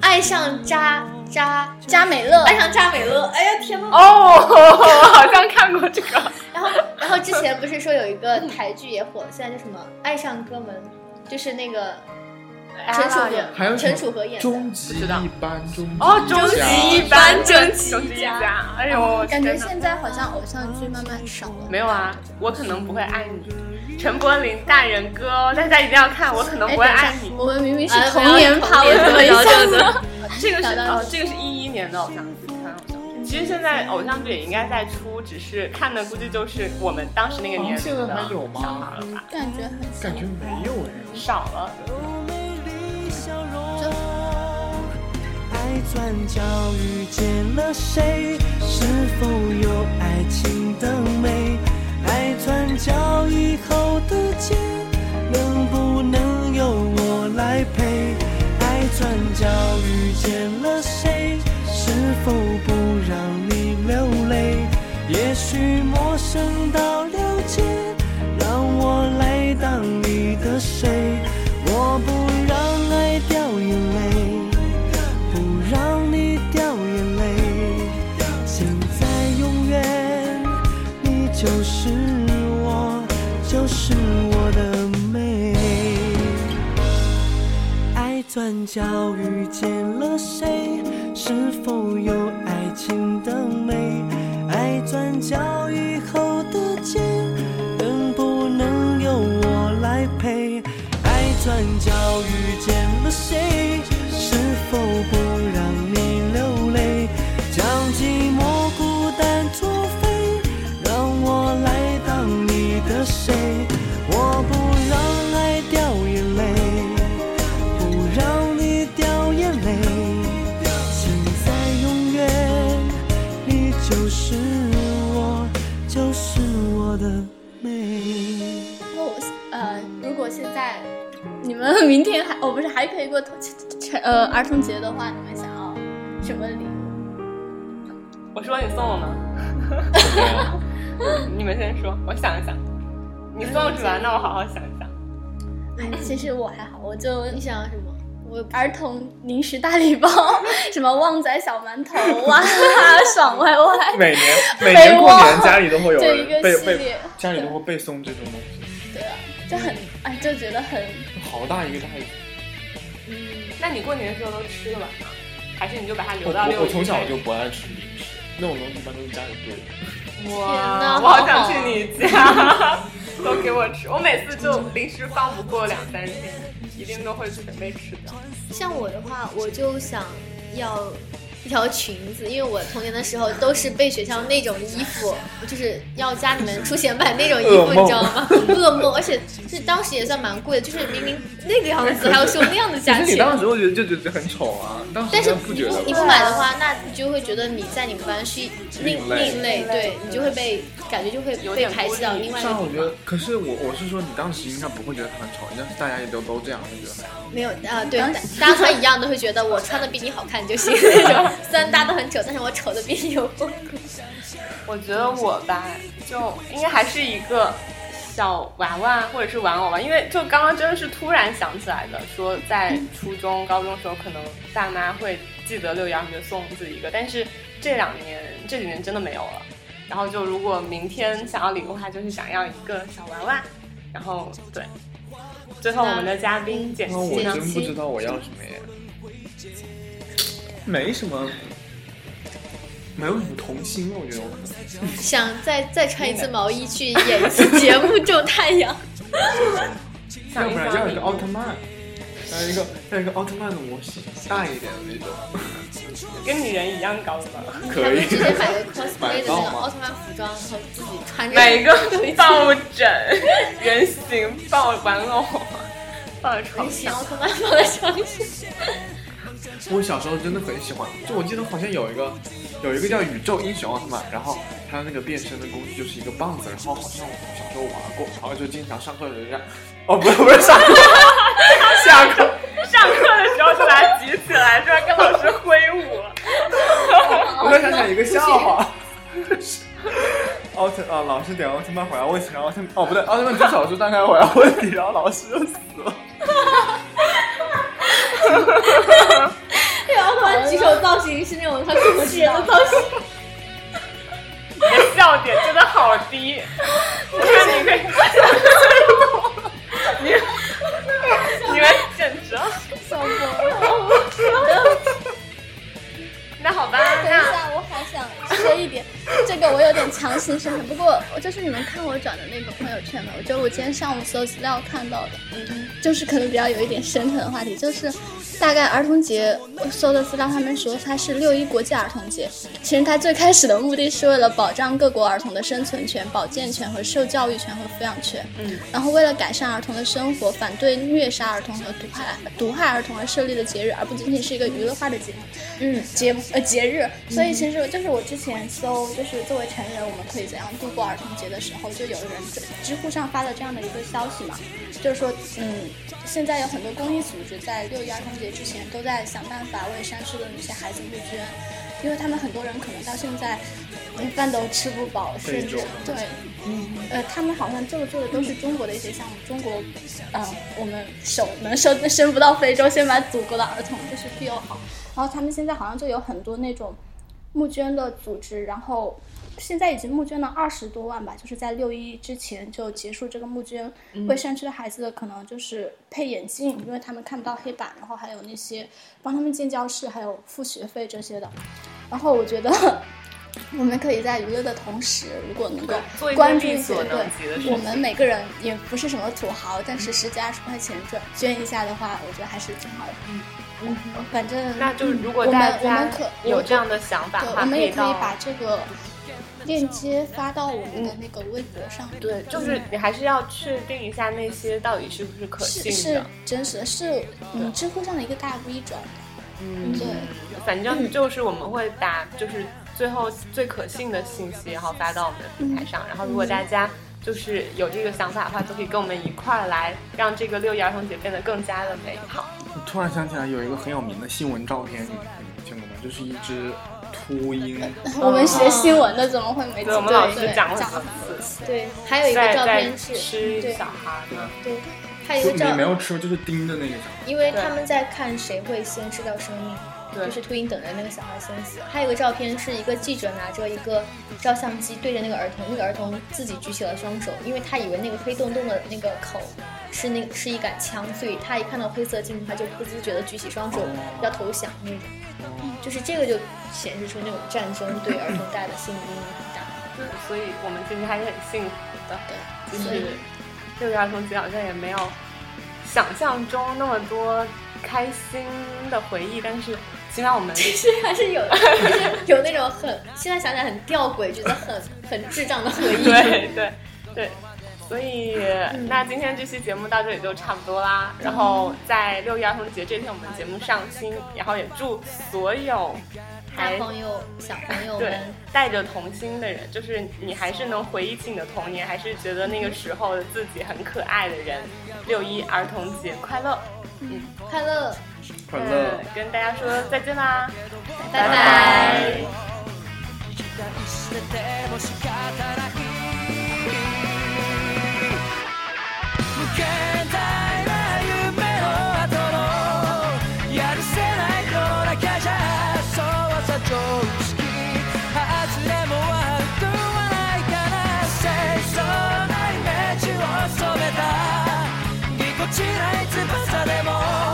爱上渣渣佳美乐，爱上扎美乐，哎呀天呐！哦，我好像看过这个。然后然后之前不是说有一个台剧也火，现在叫什么《爱上哥们》，就是那个陈楚河，啊还有什么陈楚河演的。终极一班，终极哦，一终家极一班，终极一终极一家家。哎呦，哦感觉天哪现在好像偶像剧慢慢少了。没有啊，我可能不会爱你。陈柏霖大人歌哦，大家一定要看，我可能哎，不等会一下爱你，。我们明明是哎童年趴，我怎么一下子？这个是找到哦，这个是一一年的偶像剧，台湾偶像剧。其实现在偶像剧也应该在出，只是看的估计就是我们当时那个年哦龄现在的还有吗小孩了吧，感觉很感觉没有哎，少了。爱转角遇见了谁？是否有爱情的美？爱转角以后的街，能不能由我来陪？爱转角遇见了谁？是否不让你流泪？也许陌生到了解，让我来当你的谁？我不让爱掉眼泪。不让你掉眼泪。现在永远，你就是我，就是我的美。爱转角遇见了谁？是否有爱情的美？爱转角以后的街，能不能由我来陪？爱转角遇见了谁？是否不让你流泪？将寂寞孤单作废，让我来当你的谁？我不让爱掉眼泪。不让你掉眼泪。现在永远，你就是我，就是我的美。我呃，如果现在你们明天还哦不是还可以过童呃儿童节的话，你们想要什么礼物？我说你送我吗？ 你们先说，我想一想。你送是吧？那我好好想一想。哎，嗯其实我还好，我就你想要什么？我儿童零食大礼 包，什么旺仔小馒头啊哇，爽歪歪， 每年每年过年家里都会有这一个人被系被列家里都会被送这种东西，对啊，就很哎就觉得很好大一个大一个。那你过年的时候都吃得完吗？还是你就把它留我到六我一？我从小就不爱吃零食，那种东西一般都是家里炖的。哇，我好想去你家，都给我吃。我每次就零食放不过两三天，一定都会准备吃的。像我的话，我就想要一条裙子，因为我童年的时候都是被学校那种衣服，就是要家里面出钱买那种衣服，噩梦你知道 吗？噩梦，而且就是当时也算蛮贵的，就是明明那个样子，还要绣那样的可下是你去。当时会觉得就觉得很丑啊，当时但是应该不你觉不得你吧不买的话，那你就会觉得你在你们班是另另类另类，对你就会被感觉就会有被点排孤斥到立另外一个但地我方觉。得，可是我我是说，你当时应该不会觉得它很丑，应该是大家也都都这样，就觉得还好。没有啊、对，大大家穿一样都会觉得我穿的比你好看就行 那种。虽然大家都很丑，但是我丑的比你有风骨。我觉得我吧，就应该还是一个小娃娃或者是玩偶吧，因为就刚刚真的是突然想起来的，说在初中、高中的时候，可能爸妈会记得六一儿童节送自己一个，但是这两年这几年真的没有了。然后就如果明天想要礼物的话，就是想要一个小娃娃，然后对。最后我们的嘉宾简那我七呢？真不知道我要什么耶，没什么，没有什么童心，我觉得我可能想再再穿一次毛衣去演一次节 目种太阳。想要一不然想要礼一个物奥特曼，要一个要一个奥特曼的模型，大一点的那种， 跟女人一样高的吗？可以直接买个 cosplay 的那买种到奥吗特曼服装，然后自己穿着。哦买一个抱枕，人形抱玩偶，放在床人形上。奥特曼放在床 上。我小时候真的很喜欢，就我记得好像有一个有一个叫宇宙英雄奥特曼，然后他那个变身的工具就是一个棒子，然后好像我小时候玩过，然后就经常上课的时候这样，哦不是不是上 课下课，上课的时候就把它举起来，是吧？跟老师挥舞。 我突然想起来一个笑话，奥特啊，老师点奥特曼回来问题，然后奥特哦不对，奥特曼举小猪张开回来问题，然后老师就死了。然后他举手造型是那种他自己的造型，你的笑点真的好低，我看你可以，你你们简直了，笑死我了。那好吧，等一那下，我还想说一点，这个我有点强行生成，不过我就是你们看我转的那个朋友圈嘛，我觉得我今天上午搜资料看到的，嗯，就是可能比较有一点深层的话题，就是大概儿童节我搜的资料，他们说它是六一国际儿童节，其实它最开始的目的是为了保障各国儿童的生存权、保健权和受教育权和抚养权，嗯，然后为了改善儿童的生活，反对虐杀儿童和毒害毒害儿童而设立的节日，而不仅仅是一个娱乐化的节目。嗯，节呃节日，所以其实就是我之前搜，就是作为成人我们可以怎样度过儿童节的时候，就有人在知乎上发了这样的一个消息嘛，就是说，嗯，现在有很多公益组织在六一儿童节之前都在想办法为山区的那些孩子募捐，因为他们很多人可能到现在连饭都吃不饱，非甚至洲对，呃，他们好像做的做的都是中国的一些项目，中国，呃，我们手能伸伸不到非洲，先把祖国的儿童就是庇佑好。然后他们现在好像就有很多那种募捐的组织，然后现在已经募捐了二十多万吧，就是在六一之前就结束这个募捐，嗯为山区的孩子可能就是配眼镜，因为他们看不到黑板，然后还有那些帮他们建教室，还有付学费这些的。然后我觉得 我们可以在娱乐的同时，如果能够做一些关注力一些所能及的事对，情我们每个人也不是什么土豪，但是十几二十块钱捐捐一下的话，我觉得还是挺好的。嗯，反正那就是如果我们大我家们可有这样的想法的对，话，我们也可以到把这个链接发到我们的那个微博上。嗯对，就是你还是要确定一下那些到底是不是可是信是的。真实的，是嗯，知乎上的一个大 V 转的。嗯对，反正就是我们会把就是最后最可信的信息，然后发到我们的平台上。然后如果大家就是有这个想法的话，都可以跟我们一块儿来，让这个六一儿童节变得更加的美好。我突然想起来有一个很有名的新闻照片，你你见过吗？就是一只 秃鹰，我们学新闻的怎么会没？嗯对，我们老师对讲了讲很了多次，对，还有一个在照在片是，吃对小孩的，对，还有就一个你没照，有吃过，就是盯着那个小孩。因为他们在看谁会先吃掉生命。就是秃鹰等着那个小孩先死。还有一个照片是一个记者拿着一个照相机对着那个儿童，那个儿童自己举起了双手，因为他以为那个黑洞洞的那个口是那是一杆枪，所以他一看到黑色镜头，他就不自觉的举起双手要投降那种。就是这个就显示出那种战争对儿童带来的心理阴影很大。对，所以我们今天还是很幸福的。对，就所以是六一儿童节好像也没有想象中那么多开心的回忆，但是起码我们其实还是有，就是有那种很现在想起来很吊诡，觉得很很 智障的回忆。对对对，所以、那今天这期节目到这里就差不多啦。然后在六一儿童节这天，我们节目上新，然后也祝所有大还。朋友、小朋友对们，，带着童心的人，就是你还是能回忆起你的童年，还是觉得那个时候的自己很可爱的人。六一儿童节快乐！快乐，快乐嗯。跟大家说再见啦，拜拜期待してても仕方ない無限大な夢の後のやるせないのだけじゃそうさ常識外れも悪くはないから清楚なイメージを染めたぎこちない翼でも